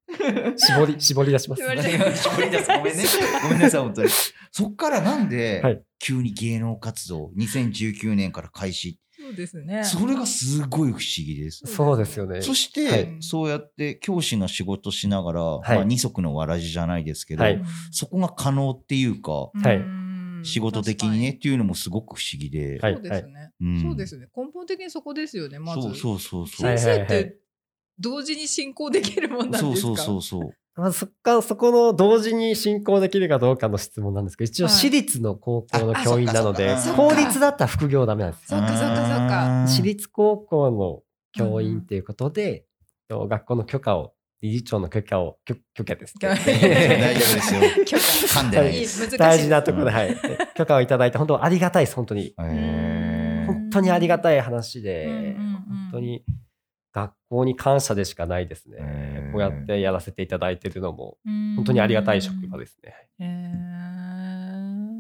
Speaker 4: 絞り、絞り出します。
Speaker 1: 絞り出し
Speaker 2: 絞り出すごめんね。ごめんなさい、本当に。そっからなん
Speaker 4: は
Speaker 2: で
Speaker 4: い、
Speaker 2: 急に芸能活動、2019年から開始。
Speaker 1: そうですね。
Speaker 2: それがすごい不思議です。
Speaker 4: そうですよね。
Speaker 2: そし
Speaker 4: は
Speaker 2: て
Speaker 1: い、
Speaker 2: そうやって教師の仕事しながら、
Speaker 4: い
Speaker 2: まあ二足のわらじじゃないですけど
Speaker 4: は、い
Speaker 2: そこが可能っていうか、
Speaker 1: うん
Speaker 4: はい
Speaker 1: うん
Speaker 2: 仕事的にねっ。ていうのもすごく不思議で、
Speaker 4: は
Speaker 1: 確かにそうで
Speaker 4: い
Speaker 1: すね、
Speaker 2: うん
Speaker 1: そうですね。根本的にそこですよね。まず。
Speaker 2: そうそうそうそ
Speaker 1: 先
Speaker 2: う、
Speaker 1: 生っ
Speaker 4: はいはいは
Speaker 1: て同時に進行できるもんなんですか。
Speaker 2: そうそうそうそう
Speaker 4: まあ、そっか、そこの同時に進行できるかどうかの質問なんですけど、一応
Speaker 1: はい
Speaker 4: 私立の高校の
Speaker 2: ああ
Speaker 4: 教員なので
Speaker 2: そっか
Speaker 1: そっ、か
Speaker 4: 公立だったら副業ダメなんですよ。
Speaker 1: そっかそっかそっか
Speaker 2: うん
Speaker 4: 私立高校の教員っていうことで、と学校の許可を、理事長の許可を、許許可です、
Speaker 1: 大
Speaker 2: 大丈
Speaker 4: ね。
Speaker 2: 夫です
Speaker 4: [LAUGHS]
Speaker 2: よ
Speaker 1: 許可
Speaker 2: 噛んでない
Speaker 1: いい
Speaker 2: で
Speaker 1: 難
Speaker 2: す、
Speaker 1: しい
Speaker 4: 大事なところで、はい。許可をいただいて、本当ありがたいです、本当に。
Speaker 2: へー
Speaker 4: 本当にありがたい話で、
Speaker 1: うんうんうん
Speaker 4: 本当に学校に感謝でしかないですね。
Speaker 2: へー
Speaker 4: こうやってやらせていただいてるのも、
Speaker 1: 本
Speaker 4: 本当にありがたい職場ですね。
Speaker 1: へ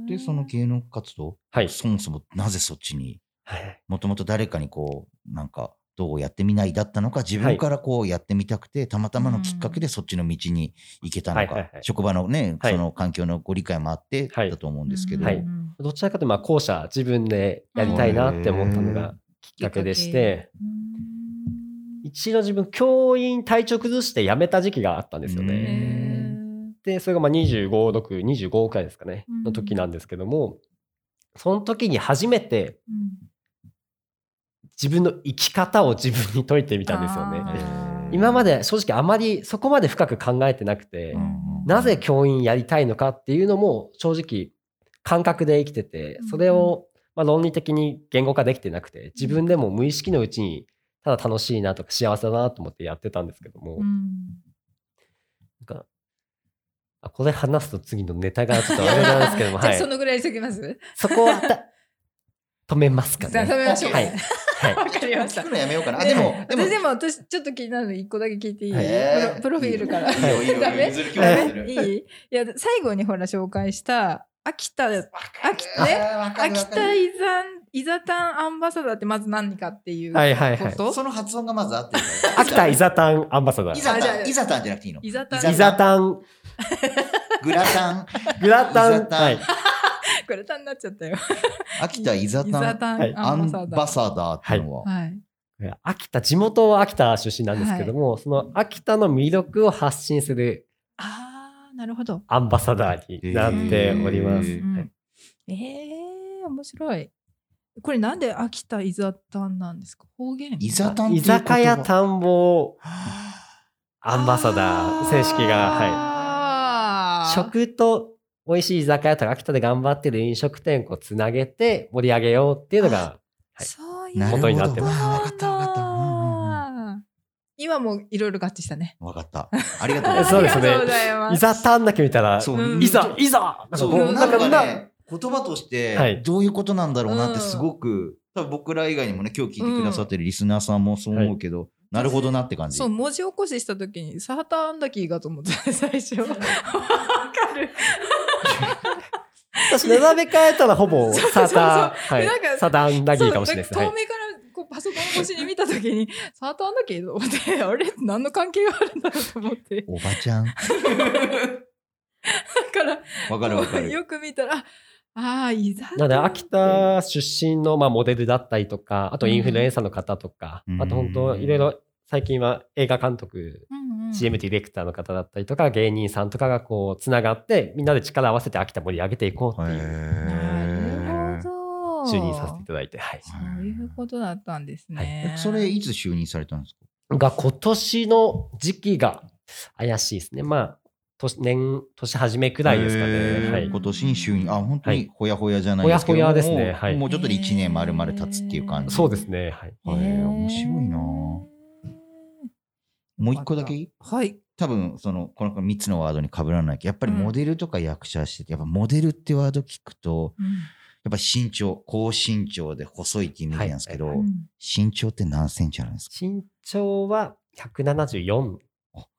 Speaker 1: ー
Speaker 2: でその芸能活動、
Speaker 4: はい
Speaker 2: そもそもなぜそっちに
Speaker 4: はい。
Speaker 2: もともと誰かにこうなんかどうやってみないだったのか自分からこうやってみたくて、たまたまのきっかけでそっちの道に行けたのか、
Speaker 4: はいはいはい
Speaker 2: 職場のね、
Speaker 4: はい
Speaker 2: その環境のご理解もあって
Speaker 4: はい
Speaker 2: だと思うんですけど、
Speaker 4: はい
Speaker 1: うんうん
Speaker 4: どちらかというと、まあ、後者、自分でやりたいなって思ったのがきっかけでして、一度自分、教員体調崩して辞めた時期があったんですよ
Speaker 1: うん
Speaker 4: ね。
Speaker 1: へー
Speaker 4: で、それがまあ25、6、25くらいですかね、
Speaker 1: うん
Speaker 4: の時なんですけども、その時に初めて
Speaker 1: うん
Speaker 4: 自分の生き方を自分に解いてみたんですよ
Speaker 1: あ
Speaker 4: ね。
Speaker 1: ー
Speaker 4: 今まで正直あまりそこまで深く考えてなくて、
Speaker 1: うん
Speaker 4: なぜ教員やりたいのかっていうのも正直感覚で生きてて
Speaker 1: うん
Speaker 4: それをまあ論理的に言語化できてなくて自分でも無意識のうちにただ楽しいなとか幸せだなと思ってやってたんですけども、
Speaker 1: う
Speaker 4: なん
Speaker 1: ん
Speaker 4: かあこれ話すと次のネタがちょっとあれなんです
Speaker 1: [LAUGHS]
Speaker 4: けども、
Speaker 1: じゃ
Speaker 4: は
Speaker 1: あ
Speaker 4: い
Speaker 1: そ、のぐらいにしときます、
Speaker 4: そこはた止めますか
Speaker 1: じゃあ止 [LAUGHS]
Speaker 4: ね。
Speaker 1: めましょう
Speaker 4: はい
Speaker 1: わ、
Speaker 4: は
Speaker 1: かりました
Speaker 2: 聞くのやめようかなあでもでも
Speaker 1: 私でも私ちょっと気になるの一個だけ聞いていい、プ
Speaker 2: へー
Speaker 1: ロプロフィールから
Speaker 2: いいよいいよいい
Speaker 1: ダ
Speaker 2: よ
Speaker 1: メ
Speaker 2: 譲る気
Speaker 1: ダ
Speaker 2: はす
Speaker 1: メ
Speaker 2: る
Speaker 1: いいいや最後にほら紹介した秋田秋田ね秋田伊ざ伊ざたんアンバサダーってまず何かっていうこと、
Speaker 4: はいはいは
Speaker 2: [LAUGHS]
Speaker 4: い
Speaker 2: その発音がまずあってるから
Speaker 4: 秋田イザタンアンバサダ
Speaker 2: い
Speaker 4: ー。
Speaker 2: ざ
Speaker 1: あ
Speaker 2: た
Speaker 1: じゃあ
Speaker 2: んいざたんじゃなくていいの
Speaker 1: 伊ざたん
Speaker 4: イザタン、
Speaker 2: グラタン
Speaker 4: グラタ
Speaker 2: イ
Speaker 4: ン
Speaker 2: ザ、タン
Speaker 4: はい、
Speaker 1: これたんになっちゃったよ
Speaker 2: 秋田いざ
Speaker 1: 伊
Speaker 2: た
Speaker 1: ざ
Speaker 2: ん
Speaker 1: たん
Speaker 4: はい
Speaker 1: ア
Speaker 2: ア
Speaker 1: ン
Speaker 2: ン
Speaker 1: バ
Speaker 2: バ
Speaker 1: サ
Speaker 2: サダーっていうのは、
Speaker 1: ダーはい
Speaker 4: 秋田地元は秋田出身なんですけども、その秋田の魅力を発信する
Speaker 1: ああなるほど
Speaker 4: アンバサダーになっております。
Speaker 2: へー
Speaker 4: はい
Speaker 1: ええー、面白いこれなんで秋田伊ざたんなんですか方言
Speaker 2: いざたんってい
Speaker 4: 居
Speaker 2: う言葉
Speaker 4: 酒屋田んぼアンバサダー正式が、は。
Speaker 1: はい
Speaker 4: 食と美味しい居酒屋とか秋田で頑張ってる飲食店をつなげて盛り上げようっていうのが、はい
Speaker 1: そういう
Speaker 2: なる
Speaker 1: こ
Speaker 2: ほど
Speaker 4: 元になって
Speaker 1: と
Speaker 4: ま
Speaker 2: わ
Speaker 1: なん
Speaker 2: かったわかったうんうんうん
Speaker 1: だ今もいろいろ合致したね
Speaker 2: わかったありがとうござい
Speaker 1: [LAUGHS]
Speaker 2: ます
Speaker 4: そうですね
Speaker 1: ありがとうございます
Speaker 4: いざたんだけ見たら、
Speaker 2: そう
Speaker 1: うん
Speaker 4: いざ、いざなんか
Speaker 2: そ
Speaker 4: こ
Speaker 2: う
Speaker 4: う、
Speaker 2: な
Speaker 4: なんん
Speaker 2: か
Speaker 4: か、
Speaker 2: ね言葉とし
Speaker 4: は
Speaker 2: て
Speaker 4: い
Speaker 2: どういうことなんだろうなってすごく、多分僕ら以外にもね今日聞いてくださってるリスナーさんもそう思うけど、なるほどなって感じ
Speaker 1: そう文字起こしした時にサーターアンダギーがと思って [LAUGHS] 最初わかる、
Speaker 4: 私並べ替えたらほぼ
Speaker 1: [LAUGHS] そう
Speaker 4: サタン、
Speaker 1: う
Speaker 4: はい
Speaker 1: なんか、
Speaker 4: サタンダギ
Speaker 1: そう
Speaker 4: ー
Speaker 1: なん
Speaker 4: かも
Speaker 1: か
Speaker 4: しれないです。はい
Speaker 1: 遠目からこうパソコン越しに見た時にサーターアンダギーと思って [LAUGHS] あれ何の関係があるんだろうと思っ
Speaker 4: [LAUGHS]
Speaker 1: て
Speaker 2: おばちゃん
Speaker 1: だから
Speaker 2: わかるわかる
Speaker 1: よく見たらああーいざ
Speaker 4: なので秋田出身のまあモデルだったりとかあとインフルエンサーの方とか、
Speaker 2: うん
Speaker 4: あと本当いろいろ最近は映画監督、
Speaker 1: うんうん
Speaker 4: CM ディレクターの方だったりとか芸人さんとかがこうつながってみんなで力を合わせて秋田盛り上げていこうっていう
Speaker 1: な
Speaker 2: へ
Speaker 1: るほど
Speaker 4: 就任させていただいて、はい、
Speaker 1: そういうことだったんですね。
Speaker 2: えそれいつ就任されたんですか
Speaker 4: が今年の時期が怪しいですねまあ年年年始めくらいですか
Speaker 2: へ
Speaker 4: ね、
Speaker 2: ー
Speaker 4: はい、
Speaker 2: 今年に就任あ本当
Speaker 4: は
Speaker 2: に
Speaker 4: い
Speaker 2: ほやほやじゃないですけど
Speaker 4: ほや
Speaker 2: も
Speaker 4: ほやですねはい
Speaker 2: もうちょっとで1年丸々経つっていう感じ
Speaker 4: そうですねはい
Speaker 2: へえ面白いなもう一個だけいい
Speaker 1: はい。
Speaker 2: 多分そのこの3つのワードに被らないけどやっぱりモデルとか役者してて、やっぱモデルってワード聞くとやっぱ身長高身長で細いってイメージなんですけど、
Speaker 4: は
Speaker 1: うん
Speaker 2: 身長って何センチあるんですか
Speaker 4: 身長は174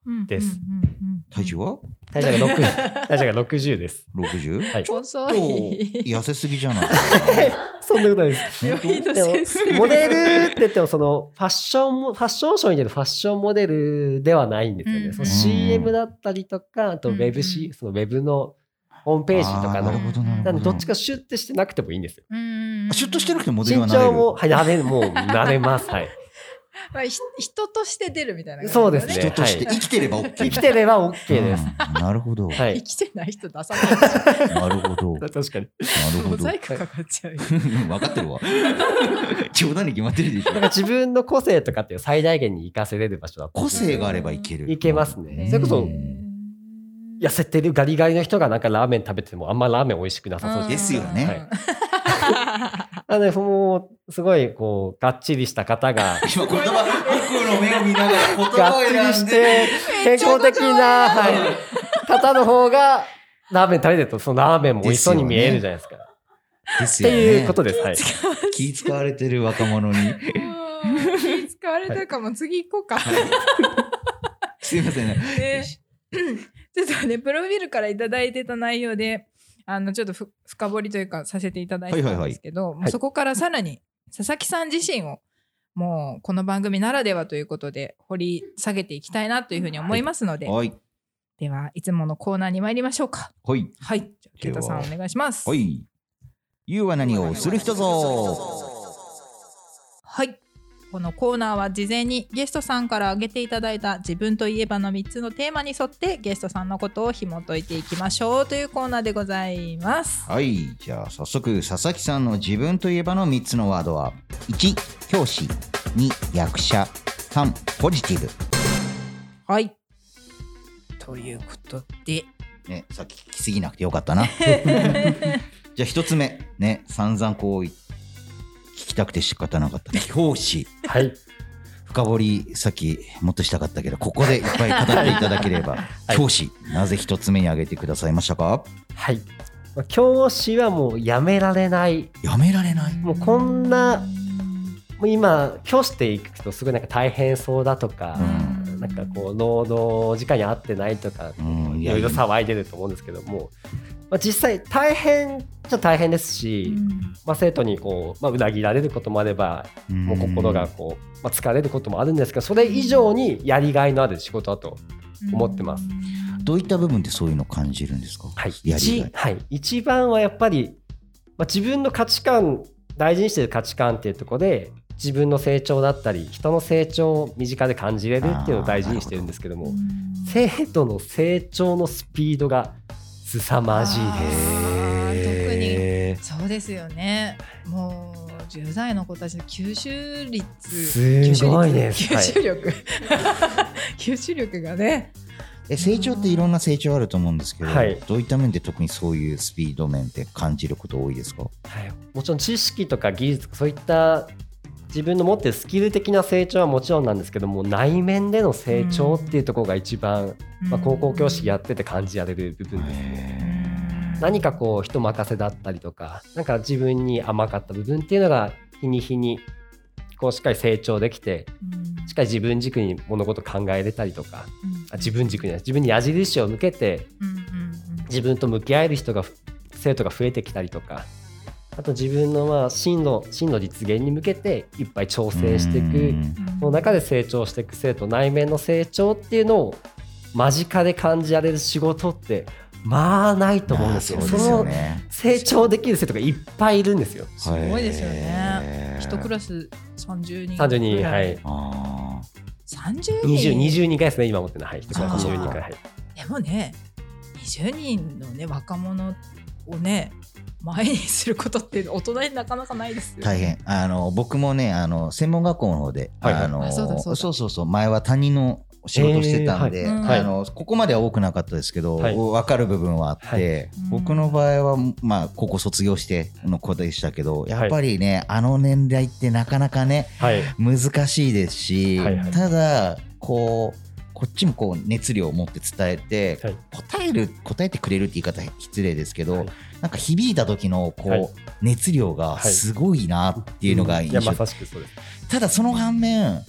Speaker 1: うん
Speaker 4: です。
Speaker 1: うんうんうん
Speaker 2: 体重は
Speaker 4: 体重が6 [LAUGHS] 体重が60です。
Speaker 2: 60?
Speaker 4: はい
Speaker 2: ちょっと
Speaker 1: 遅い
Speaker 2: 痩せすぎじゃない
Speaker 4: そんなことないです。
Speaker 1: 病院の
Speaker 4: でも
Speaker 1: 先生
Speaker 4: モデルって言ってもそのファッションもファッションショーに出るファッションモデルではないんですよね。
Speaker 1: うん
Speaker 4: その CM だったりとかあとウェブ
Speaker 1: うん
Speaker 4: しそのウェブのホーム [LAUGHS] ページと
Speaker 2: あ
Speaker 4: か
Speaker 2: ーな
Speaker 4: の
Speaker 2: るほどなるほど
Speaker 4: なんでどっちかシュッてしてなくてもいいんですよ。
Speaker 1: うんうんうん
Speaker 2: シュッとしてなくてもモデルは
Speaker 4: 身
Speaker 2: なれ
Speaker 4: 長
Speaker 2: る
Speaker 4: [LAUGHS] もはいなれもうなれますはい。
Speaker 1: まあ、ひ人として出るみたいな感じだ
Speaker 4: そ
Speaker 1: よ
Speaker 4: う
Speaker 1: ね、
Speaker 4: ですね。
Speaker 2: 人として
Speaker 4: はい
Speaker 2: 生きてれば OK。
Speaker 4: 生きてれば OK です。
Speaker 2: うんなるほど。な
Speaker 4: は
Speaker 1: 生
Speaker 4: い。
Speaker 1: きてない人出さないでし
Speaker 2: るほど。なる
Speaker 4: 確かに。
Speaker 1: ょ。
Speaker 2: ほ
Speaker 1: モ
Speaker 2: ど
Speaker 1: ザ。イクかかっちゃうよ。
Speaker 2: 分かって [LAUGHS] るわ。冗談に決まってるでしょ
Speaker 4: なん。か自分の個性とかっていう最大限に活かせれる場所だと。
Speaker 2: 個性があればいける。
Speaker 4: いけますね
Speaker 2: うん
Speaker 4: それこそ
Speaker 2: うん
Speaker 4: 痩せてるガリガリの人がなんかラーメン食べてもあんまラーメン美味しくなさそうじゃない
Speaker 2: ですよね
Speaker 4: はいなので、もう、すごい、こう、がっちりした [LAUGHS] 方が、
Speaker 2: 今言葉、僕の目を見ながら言
Speaker 4: が
Speaker 2: 葉
Speaker 4: っ
Speaker 2: を
Speaker 4: ちり
Speaker 2: 選
Speaker 4: し
Speaker 2: んで。
Speaker 4: て、健康的な、はい、方の方が、ラーメン食べてると、そのラーメンも美味しそうに見えるじゃないですか。
Speaker 2: です
Speaker 4: っ
Speaker 2: よ
Speaker 4: ていう
Speaker 2: ね
Speaker 4: こ。とです。はい。
Speaker 2: 気使われてる若者に。
Speaker 1: うん気使われたかも。次行こうか。
Speaker 2: [LAUGHS] すいませんね。
Speaker 1: で [CLEARS THROAT] ちょっとね、プロフィールからいただいてた内容で、あの、ちょっとふ深掘りというかさせていただいてた
Speaker 2: はいはい
Speaker 1: ん
Speaker 2: はい
Speaker 1: ですけど、もう
Speaker 4: はい
Speaker 1: そこからさらに、佐々木さん自身を、もうこの番組ならではということで掘り下げていきたいなというふうに思いますので、
Speaker 2: [LAUGHS] はい。
Speaker 1: ではいつものコーナーに参りましょうか
Speaker 2: はい。
Speaker 1: はいじゃあ
Speaker 2: で
Speaker 1: 慶
Speaker 2: は
Speaker 1: 太さんお願いします
Speaker 2: はい。言うは何をする人ぞ。
Speaker 1: はい。このコーナーは事前にゲストさんから挙げていただいた自分といえばの3つのテーマに沿ってゲストさんのことを紐解いていきましょうというコーナーでございます。
Speaker 2: はい。じゃあ、早速、佐々木さんの自分といえばの3つのワードは、1、教師、2、役者、3、ポジティブ。
Speaker 1: はい。ということで。
Speaker 2: ね、さっき聞きすぎなくてよか [LAUGHS] ったな。じゃあ一つ目、ね、散々こう、聞きたくて仕方なかった。教師。
Speaker 4: はい。
Speaker 2: 深掘り、さっきもっとしたかったけど、ここでいっぱい語っていただければ、
Speaker 4: い
Speaker 2: 教師、なぜ一つ目に挙げてくださいましたか
Speaker 4: はい。まあ教師はもうやめられない。
Speaker 2: やめられない。
Speaker 4: もうこんな、もう今、教師っていくとすごいなんか大変そうだとか、
Speaker 1: うん
Speaker 4: なんかこう、労働時間に合ってないとか、
Speaker 2: うん
Speaker 4: いろいろ騒いでると思うんですけども、まあ、実際大変じゃ大変ですし、まあ、生徒にこう、まあ、裏切られることもあればもう心がこう、まあ、疲れることもあるんですけどそれ以上にやりがいのある仕事だと、思ってます
Speaker 2: どういった部分でそういうのを感じるんですか
Speaker 4: はい
Speaker 2: やり
Speaker 4: 一
Speaker 2: がい。
Speaker 4: はい、一番はやっぱり、まあ、自分の価値観大事にしてる価値観っていうところで自分の成長だったり人の成長を身近で感じれるっていうのを大事にしてるんですけども生徒の成長のスピードが凄まじいです。
Speaker 1: へそうですよね。もう10代の子たちの吸収率
Speaker 4: すごいです
Speaker 1: 吸収力、 [LAUGHS] 吸収力がね。
Speaker 2: え成長っていろんな成長あると思うんですけど、
Speaker 4: はい
Speaker 2: どういった面で特にそういうスピード面って感じること多いですか
Speaker 4: はい、もちろん知識とか技術とかそういった自分の持ってるスキル的な成長はもちろんなんですけども内面での成長っていうところが一番、まあ、高校教師やってて感じられる部分ですね。何かこう人任せだったりとかなんか自分に甘かった部分っていうのが日に日にこうしっかり成長できてしっかり自分軸に物事考えれたりとかあ自分軸に自分に矢印を向けて自分と向き合える人が生徒が増えてきたりとかあと自分のまあ真の真の実現に向けていっぱい調整していくその中で成長していく生徒内面の成長っていうのを間近で感じられる仕事ってまあないと思うんですよ。
Speaker 2: あーそ
Speaker 4: そ
Speaker 2: うですよ
Speaker 4: の
Speaker 2: ね。
Speaker 4: 成長できる生徒がいっぱいいるんですよ。
Speaker 1: すごいですよね。
Speaker 2: へー
Speaker 1: 一クラス30人。
Speaker 4: 32人、はい。。
Speaker 2: あ
Speaker 1: 30
Speaker 4: 20、
Speaker 1: 人。
Speaker 4: 22回ですね、今持ってるのは。はい。
Speaker 1: そうかそうか
Speaker 4: 22回。はい
Speaker 1: でもね、20人のね、若者をね、前にすることって大人になかなかないです
Speaker 2: ー
Speaker 1: よ。
Speaker 2: 大変あの僕もねあの専門学校の方で、
Speaker 4: はいはい
Speaker 2: あの
Speaker 1: あそうだそうだ
Speaker 2: そうそうそう前は他人の仕事をしてたんで、
Speaker 1: えーはい
Speaker 2: あのここまでは多くなかったですけど、
Speaker 4: はい
Speaker 2: 分かる部分はあって、
Speaker 4: は
Speaker 2: 僕の場合は、まあ、高校卒業しての子でしたけどやっぱりね、あの年代ってなかなかね
Speaker 4: はい。
Speaker 2: 難しいですし、
Speaker 4: はいはい
Speaker 2: ただこうこっちもこう熱量を持って伝えて、
Speaker 4: はい
Speaker 2: 答える答えてくれるって言い方失礼ですけど、
Speaker 4: はい
Speaker 2: なんか響いた時のこう、
Speaker 4: はい
Speaker 2: 熱量がすごいなっていうのが印
Speaker 4: い
Speaker 2: 象、
Speaker 4: や、まさしくそうです。
Speaker 2: ただその反面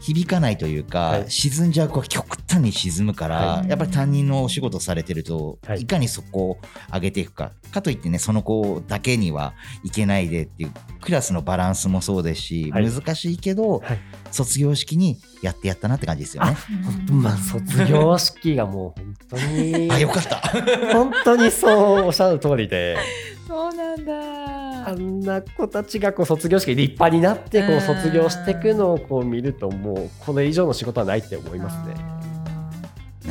Speaker 2: 響かないというか、
Speaker 4: はい
Speaker 2: 沈んじゃう子は極端に沈むから、
Speaker 4: はい
Speaker 2: やっぱり担任のお仕事されてると、
Speaker 4: はい
Speaker 2: い、かにそこを上げていくかかといってねその子だけにはいけないでっていうクラスのバランスもそうですし、
Speaker 4: はい
Speaker 2: 難しいけど、
Speaker 4: はい
Speaker 2: 卒業式にやってやったなって感じですよね。
Speaker 1: うん
Speaker 4: まあ、卒業式がもう本当に [LAUGHS]
Speaker 2: あ、よかった。
Speaker 4: 本当にそうおっしゃる通りで、
Speaker 1: そうなんだ。
Speaker 4: あんな子たちがこう卒業式で立派になって
Speaker 1: う
Speaker 4: こ
Speaker 1: ん
Speaker 4: う卒業していくのをこう見るともうこれ以上の仕事はないって思いますね。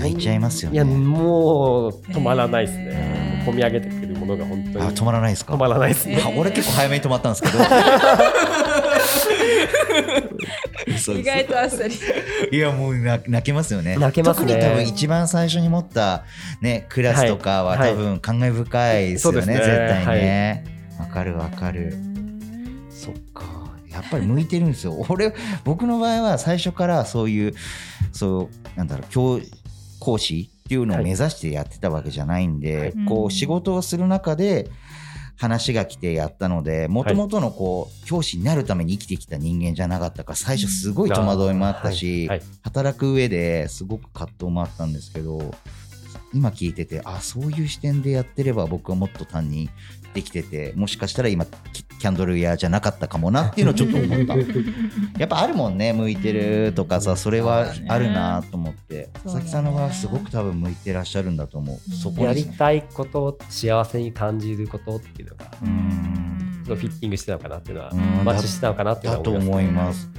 Speaker 2: 泣いちゃいますよ
Speaker 4: いや
Speaker 2: ね。
Speaker 4: もう止まらないですね
Speaker 1: へ。ー
Speaker 4: 込み上げてくるものが本当
Speaker 2: あ
Speaker 4: に
Speaker 2: 止まらないですか。
Speaker 4: 止まらないです
Speaker 1: え
Speaker 4: ね。
Speaker 2: あ俺結構早めに止まったんです
Speaker 4: [LAUGHS]
Speaker 2: けど。嘘嘘
Speaker 1: 意外とあっさり。
Speaker 2: いやもう泣泣けますよね。
Speaker 4: 泣けますね
Speaker 2: 特に多分一番最初に持ったねクラスとかは
Speaker 4: はい
Speaker 2: 多分感慨深いですよね。
Speaker 4: そうですね
Speaker 2: 絶対ね。わ、かるわかる。そっか。やっぱり向いてるんですよ。俺僕の場合は最初からそういうそうなんだろう教講師っていうのを目指してやってたわけじゃないんで、
Speaker 4: はい
Speaker 2: こ
Speaker 1: う
Speaker 2: うん仕事をする中で。話が来てやったのでもともとのこう教師になるために生きてきた人間じゃなかったから最初すごい戸惑いもあったし、
Speaker 4: はいはい
Speaker 2: 働く上ですごく葛藤もあったんですけど今聞いててあそういう視点でやってれば僕はもっと単にできててもしかしたら今キキャンドル屋じゃなかったかもなっていうのをちょっと思ったやっぱあるもんね向いてるとかさそれはあるなと思って
Speaker 1: そうだね
Speaker 2: 佐々木さんの場合はすごく多分向いてらっしゃるんだと思うそこ
Speaker 4: や
Speaker 2: で
Speaker 4: り
Speaker 2: すね
Speaker 4: たいこと幸せに感じることっていうのがち
Speaker 2: うん
Speaker 4: ょっとフィッティングしてたのかなっていうのは
Speaker 2: うん
Speaker 4: お待ちしてたのかなってい
Speaker 2: だ
Speaker 4: うのは
Speaker 2: と
Speaker 4: 思い
Speaker 2: 思
Speaker 4: ます。
Speaker 2: います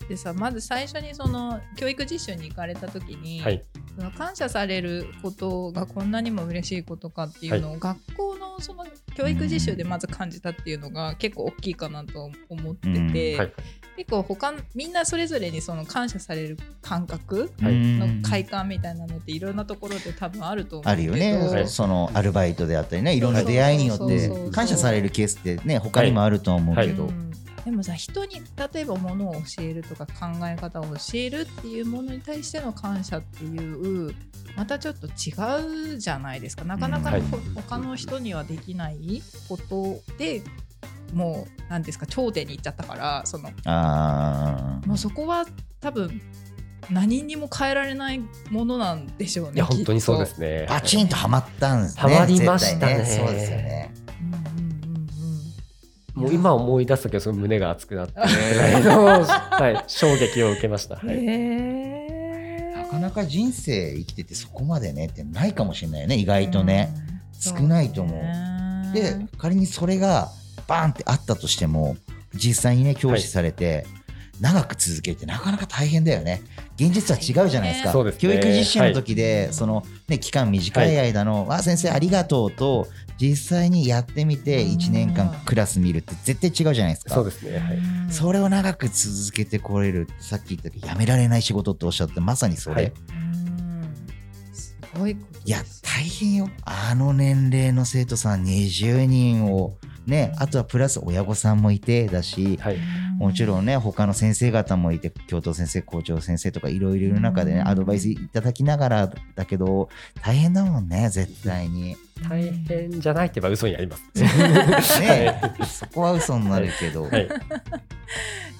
Speaker 1: だってさまず最初にその教育実習に行かれた時に、
Speaker 4: はい
Speaker 1: その感謝されることがこんなにも嬉しいことかっていうのを、学校のその教育実習でまず感じたっていうのが結構大きいかなと思ってて、
Speaker 4: うんはい
Speaker 1: 結構他のみんなそれぞれにその感謝される感覚
Speaker 4: はい
Speaker 1: の快感みたいなのっていろんなところで多分あると思
Speaker 2: あ
Speaker 1: う
Speaker 2: る
Speaker 1: けど
Speaker 2: よね、
Speaker 4: はい
Speaker 2: そのアルバイトであったりねいろんな出会いによっ
Speaker 1: そうそう
Speaker 2: て
Speaker 1: そうそう
Speaker 2: 感謝されるケースってね他にもあるとは思うけど、
Speaker 1: うんでもさ人に例えばものを教えるとか考え方を教えるっていうものに対しての感謝っていうまたちょっと違うじゃないですかなかなか、
Speaker 4: うんはい
Speaker 1: ほ他の人にはできないことでもう何ですか頂点に行っちゃったからその
Speaker 2: あー
Speaker 1: もうそこは多分何にも変えられないものなんでしょうね。。
Speaker 4: いや本当にそうですすね。
Speaker 2: バチンとはまったんですね
Speaker 4: ハマりましたね
Speaker 2: 絶対そうですよね
Speaker 1: うんうんうんうん
Speaker 4: もう今思い出すときはすごい胸が熱くなって、はい、衝撃を受けました。はい、
Speaker 1: へー
Speaker 2: なかなか人生生きててそこまでねってないかもしれないよね意外とね、
Speaker 1: うん
Speaker 2: 少ないと思う
Speaker 1: そう
Speaker 2: で
Speaker 1: ね
Speaker 2: 仮にそれがバーンってあったとしても実際にね教師されて、長く続けるってなかなか大変だよね現実は違うじゃないですか、
Speaker 4: そうですね
Speaker 2: 教育実習の時で、
Speaker 1: はい
Speaker 2: そのね期間短い間の「わあ先生ありがとう」と実際にやってみて
Speaker 1: うん
Speaker 2: 1年間クラス見るって絶対違うじゃないですか
Speaker 4: そうですね。はい、
Speaker 2: それを長く続けてこれるってさっき言ったけどやめられない仕事っておっしゃってまさにそれ、
Speaker 4: はい
Speaker 2: い、
Speaker 1: うんすごいことです
Speaker 2: や大変よあの年齢の生徒さん20人をねあとはプラス親御さんもいてだし
Speaker 4: はい、
Speaker 2: もちろ
Speaker 1: ん
Speaker 2: んね他の先生方もいて教頭先生校長先生とかいろいろいる中でね
Speaker 1: うん
Speaker 2: アドバイスいただきながらだけど大変だもんね絶対
Speaker 1: [LAUGHS]
Speaker 2: に。
Speaker 4: 大変じゃないって言えば嘘になります。
Speaker 2: ねそこは嘘になるけど。
Speaker 4: はい、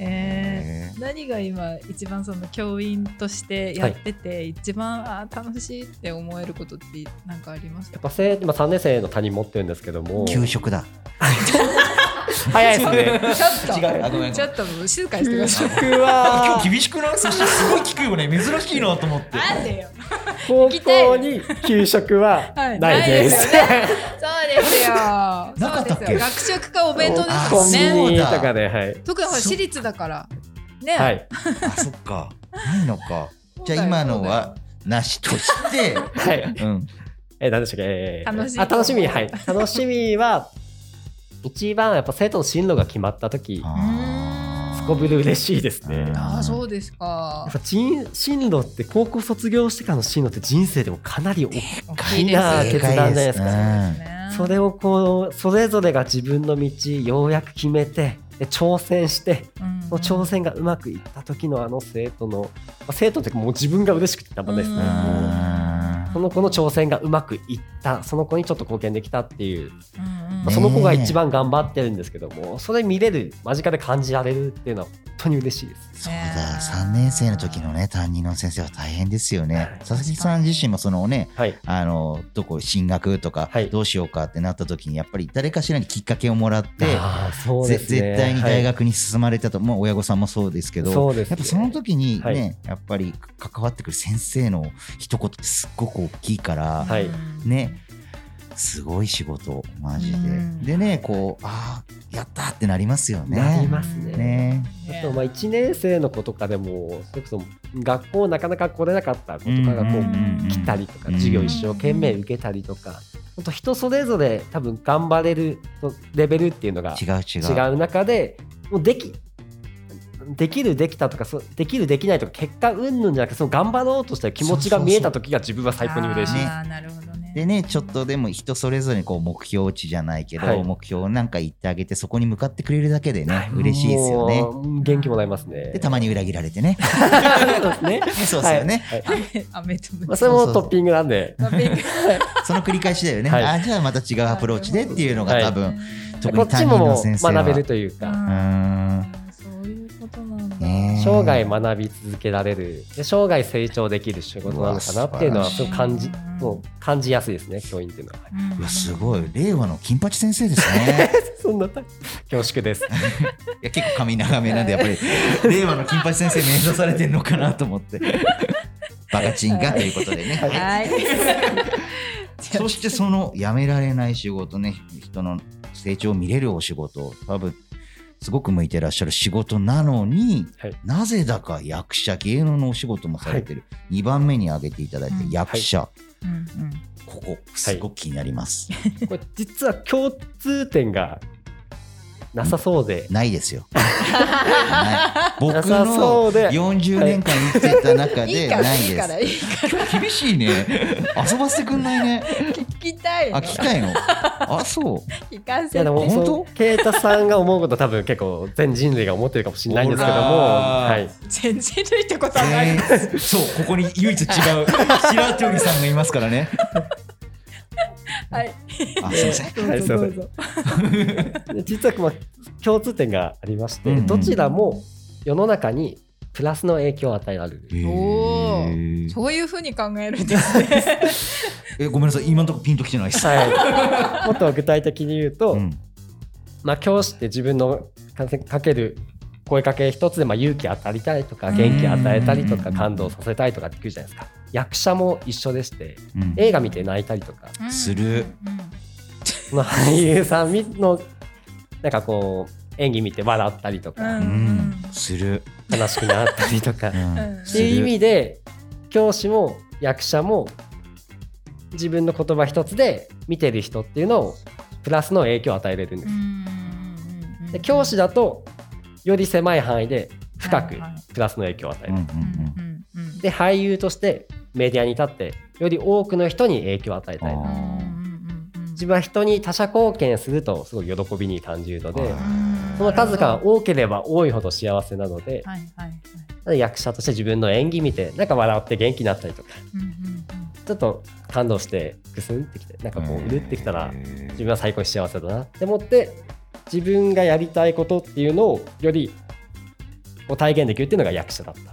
Speaker 1: え
Speaker 2: ね
Speaker 1: ー何が今一番その教員としてやってて、一番あー楽しいって思えることって何かあります
Speaker 4: や
Speaker 1: か
Speaker 4: っぱ生まあ三年生の担任持ってるんですけども、
Speaker 2: 給食だ。
Speaker 4: 早いですね。
Speaker 1: [LAUGHS]
Speaker 2: [LAUGHS]
Speaker 1: ちょっと
Speaker 2: 違うあごめん
Speaker 1: ちょっと静かにしてください
Speaker 4: は
Speaker 2: 厳しくないそしてすごい聞くよね珍しいなと思って
Speaker 1: なんでよ
Speaker 4: 高校に給食は
Speaker 1: はい
Speaker 4: ないです。
Speaker 1: そうですよ
Speaker 2: [LAUGHS] なかったっけ
Speaker 1: そうですよ学食かお弁当です
Speaker 4: コ
Speaker 1: も
Speaker 4: ン
Speaker 1: ん
Speaker 4: ビ
Speaker 1: ね
Speaker 4: ニとかで、はい。
Speaker 1: 特にほら私立だからね、
Speaker 4: はい、
Speaker 2: あそっかないのか
Speaker 1: そう
Speaker 2: じ
Speaker 1: だよ
Speaker 2: ゃあ今のはなしとして、
Speaker 4: はい、
Speaker 2: うん、
Speaker 4: え、何でしたっけ、えー
Speaker 1: 楽しい
Speaker 4: あ、楽しみ、はい、楽しみは。一番やっぱ生徒の進路が決まった時、
Speaker 2: あー
Speaker 4: すこぶる嬉しいですね。
Speaker 1: ああそうですか
Speaker 4: やっぱ人進路って高校卒業してからの進路って人生でもかなり大きい
Speaker 1: 大
Speaker 4: きいな
Speaker 1: です
Speaker 4: 決断じゃないですか
Speaker 2: でかいですね
Speaker 1: ね
Speaker 4: それをこうそれぞれが自分の道ようやく決めてで挑戦して
Speaker 1: うん
Speaker 4: その挑戦がうまくいった時のあの生徒の、まあ、生徒っていうかもう自分が嬉しくてたまんないです
Speaker 1: う
Speaker 4: ねも
Speaker 1: ん
Speaker 4: うその子の挑戦がうまくいったその子にちょっと貢献できたってい
Speaker 1: う
Speaker 4: う、
Speaker 1: んうん
Speaker 4: まあ、その子が一番頑張ってるんですけどもそれ見れる間近で感じられるっていうのは本当に嬉しいです。
Speaker 2: そうだ3年生の時のね担任の先生は大変ですよね佐々木さん自身もそのね
Speaker 4: はい
Speaker 2: あのどこ進学とか
Speaker 4: はい
Speaker 2: どうしようかってなった時にやっぱり誰かしらにきっかけをもらって、
Speaker 4: あーそう
Speaker 2: ぜ
Speaker 4: ですね
Speaker 2: 絶対に大
Speaker 4: はい
Speaker 2: 学に進まれたと、もう親御さんもそうですけど
Speaker 4: そうです
Speaker 2: や
Speaker 4: ね
Speaker 2: っぱその時にね、
Speaker 4: はい
Speaker 2: やっぱり関わってくる先生の一言ってすっごく大きいから、
Speaker 4: はい
Speaker 2: ねすごい仕事マジで、
Speaker 1: うん
Speaker 2: でねこうああやったってなりますよね
Speaker 4: なりますね
Speaker 2: ね
Speaker 4: あとまあ1年生の子とかでもそれこそ学校なかなか来れなかった子とかがこ
Speaker 2: うん
Speaker 4: う
Speaker 2: うんうん
Speaker 4: 来たりとか
Speaker 2: うん
Speaker 4: 授業一生懸命受けたりとか本当人それぞれ多分頑張れるレベルっていうのが
Speaker 2: 違う違う
Speaker 4: 違う中でもうできできるできたとかそうできるできないとか結果うんぬんじゃなくてその頑張ろうとした気持ちが見えた時が自分は最高に嬉しい。
Speaker 1: あーなるほどね。
Speaker 2: でねちょっとでも人それぞれこう目標値じゃないけど、
Speaker 4: はい
Speaker 2: 目標なんか言ってあげてそこに向かってくれるだけでね、
Speaker 4: はい
Speaker 2: 嬉しいですよね
Speaker 4: もう元気もらえますね
Speaker 2: で。たまに裏切られて
Speaker 4: [LAUGHS]
Speaker 2: ね [LAUGHS]
Speaker 4: そうですね。
Speaker 2: そうですよね、
Speaker 4: はい。はい
Speaker 1: [LAUGHS] あめとむ
Speaker 4: まあ、それもトッピングなんで。
Speaker 1: まあ勉強
Speaker 2: その繰り返しだよね、
Speaker 4: はい
Speaker 2: あじゃあまた違うアプローチでっていうのが
Speaker 4: はい
Speaker 2: 多分、特
Speaker 4: こ
Speaker 2: に
Speaker 4: っち
Speaker 2: 担任の
Speaker 4: も
Speaker 2: 先生は
Speaker 4: 学べるという
Speaker 1: う
Speaker 4: か、
Speaker 1: ん
Speaker 2: うん
Speaker 1: そういうことなんだ。
Speaker 2: ねえ
Speaker 4: 生涯学び続けられるで生涯成長できる仕事なのかなっていうの
Speaker 2: うわ
Speaker 4: は
Speaker 2: 素
Speaker 4: そう
Speaker 1: 晴らしい
Speaker 4: 感じもう感じやすいですね教員っていうのは、 [LAUGHS] はい
Speaker 1: うん
Speaker 2: うわすごい令和の金八先生です
Speaker 4: [LAUGHS]
Speaker 2: ね
Speaker 4: そんな恐縮です
Speaker 2: いや結構髪長めなんでやっぱ
Speaker 4: [LAUGHS]
Speaker 2: り令和の金八先生目指されてんのかなと思ってバカチンがということでね、
Speaker 1: はい。
Speaker 2: [LAUGHS] そしてそのやめられない仕事ね人の成長を見れるお仕事多分すごく向いてらっしゃる仕事なのに、
Speaker 4: はい
Speaker 2: なぜだか役者芸能のお仕事もされてる、2番目に挙げていただいて
Speaker 1: うん
Speaker 2: 役者、
Speaker 1: うんうん
Speaker 2: ここすごく気になります、
Speaker 4: これ実は共通点がなさそうで、
Speaker 2: ないです
Speaker 4: [LAUGHS]
Speaker 2: よない僕の
Speaker 4: なさそうで
Speaker 2: 40年間生きてた中
Speaker 1: い
Speaker 2: で
Speaker 1: い
Speaker 2: な
Speaker 1: か
Speaker 2: い
Speaker 1: ら
Speaker 2: です
Speaker 1: いいからいいか
Speaker 2: 厳しいね遊ばせてくんない
Speaker 4: [LAUGHS]
Speaker 2: ね
Speaker 1: ら聞きたい
Speaker 2: あ
Speaker 1: の
Speaker 2: 聞きたいのあそう
Speaker 1: 聞かせ
Speaker 4: い
Speaker 1: て
Speaker 4: やでも
Speaker 2: 本当
Speaker 4: そう啓太さんが思うこと多分結構全人類が思ってるかもしれないんですけども、
Speaker 2: ほらー
Speaker 4: はい、
Speaker 1: 全然類ってことはない
Speaker 2: 全員そうここに唯一違う白鳥さんがいますから
Speaker 4: [LAUGHS]
Speaker 2: ね
Speaker 1: はい
Speaker 2: あすいません
Speaker 4: はいすいません
Speaker 1: どうぞ
Speaker 4: で実はまあ共通点がありまして、
Speaker 2: うんうん
Speaker 4: どちらも世の中にプラスの影響を与えられる。
Speaker 1: おー
Speaker 2: へー
Speaker 1: そういうふうに考えるんですね
Speaker 2: えごめんなさい今のところピンときてないです、
Speaker 4: はい、もっと具体的に言うと、
Speaker 2: うん
Speaker 4: まあ、教師って自分のかせかける声かけ一つでまあ勇気与えたりと
Speaker 1: う
Speaker 4: か
Speaker 1: ん
Speaker 4: 元気与えたりと
Speaker 2: う
Speaker 4: か
Speaker 2: ん
Speaker 4: 感動させたりとかできるじゃないですか役者も一緒でして
Speaker 2: うん
Speaker 4: 映画見て泣いたりとか
Speaker 1: うん
Speaker 2: [LAUGHS] する
Speaker 1: うん
Speaker 4: まあ俳優さんみのなんかこう演技見て笑ったりと
Speaker 1: う
Speaker 4: か
Speaker 2: うんんする、
Speaker 4: 悲しくなったりと
Speaker 1: [LAUGHS]
Speaker 4: か
Speaker 2: う
Speaker 4: っ
Speaker 2: ん
Speaker 1: うん
Speaker 2: す
Speaker 4: ていう意
Speaker 2: る
Speaker 4: 味で教師も役者も自分の言葉一つで見てる人っていうのをプラスの影響を与えれるんです
Speaker 1: うんう。んうんうん
Speaker 4: で教師だとより狭い範囲で深く
Speaker 1: はいはい
Speaker 4: プラスの影響を与え
Speaker 2: う
Speaker 4: る、
Speaker 2: んうん
Speaker 1: うんうんうん
Speaker 4: で俳優としてメディアに立ってより多くの人に影響を与えたい
Speaker 2: あー
Speaker 1: うんうんうん
Speaker 4: 自分は人に他者貢献するとすごい喜びに感じるので
Speaker 2: あ
Speaker 1: うん
Speaker 4: その数が多ければ多いほど幸せなので
Speaker 1: はいはいはい
Speaker 4: 役者として自分の演技見てなんか笑って元気になったりとか
Speaker 1: うんうん
Speaker 4: ちょっと感動してくすんってきてなんかこううるってきたら
Speaker 2: へー
Speaker 4: 自分は最高に幸せだなって思って自分がやりたいことっていうのをよりこう体現できるっていうのが役者だった。
Speaker 1: うん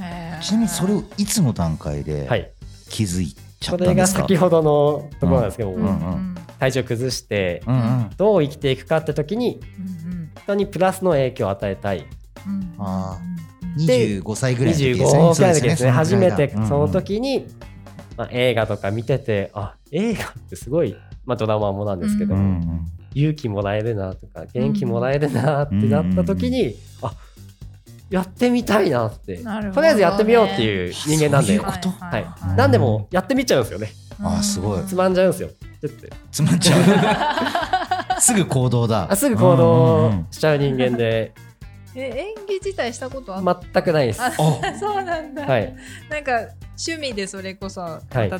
Speaker 1: へー
Speaker 2: ちなみにそれをいつの段階で
Speaker 4: はい、
Speaker 2: 気づいちゃ
Speaker 4: こ
Speaker 2: った
Speaker 4: れ
Speaker 2: んで
Speaker 4: が
Speaker 2: すか、
Speaker 4: 先ほどのところなんですけど、
Speaker 1: うんうん
Speaker 2: うん
Speaker 4: 体調崩して
Speaker 2: うんうん
Speaker 4: どう生きていくかって時に
Speaker 1: うん
Speaker 4: 人にプラスの影響を与えたい
Speaker 1: うんうん
Speaker 2: あ
Speaker 1: うん
Speaker 2: 25歳ぐらいの時ですね
Speaker 4: 25歳の時ですね
Speaker 2: そう
Speaker 4: 初
Speaker 2: ぐらい
Speaker 4: め
Speaker 2: だ
Speaker 4: てその
Speaker 2: うんうん
Speaker 4: 時に、まあ、映画とか見ててあ映画ってすごい、まあ、ドラマもなんですけど、
Speaker 1: うん
Speaker 2: うん
Speaker 4: 勇気もらえるなとか元気もらえるなってなった時に、あやってみたいなって
Speaker 1: なるほどね
Speaker 4: とりあえずやってみようっていう人間なん
Speaker 2: そうい
Speaker 4: で
Speaker 2: うこと
Speaker 4: はい
Speaker 2: うん
Speaker 4: 何でもやってみちゃうんですよね
Speaker 2: あーすごい
Speaker 4: つまんじゃうんですよ [LAUGHS] ちょっと
Speaker 2: つまっちゃうすぐ行動だ
Speaker 4: [LAUGHS] あすぐ
Speaker 2: う
Speaker 4: 行動
Speaker 2: んうんうん
Speaker 4: しちゃう人間で
Speaker 1: [LAUGHS] え演技自体したことあった、
Speaker 4: 全くないです。
Speaker 1: あ
Speaker 2: あ
Speaker 1: [LAUGHS] そうなんだ、
Speaker 4: はい、
Speaker 1: なんか趣味でそれこそ、
Speaker 4: い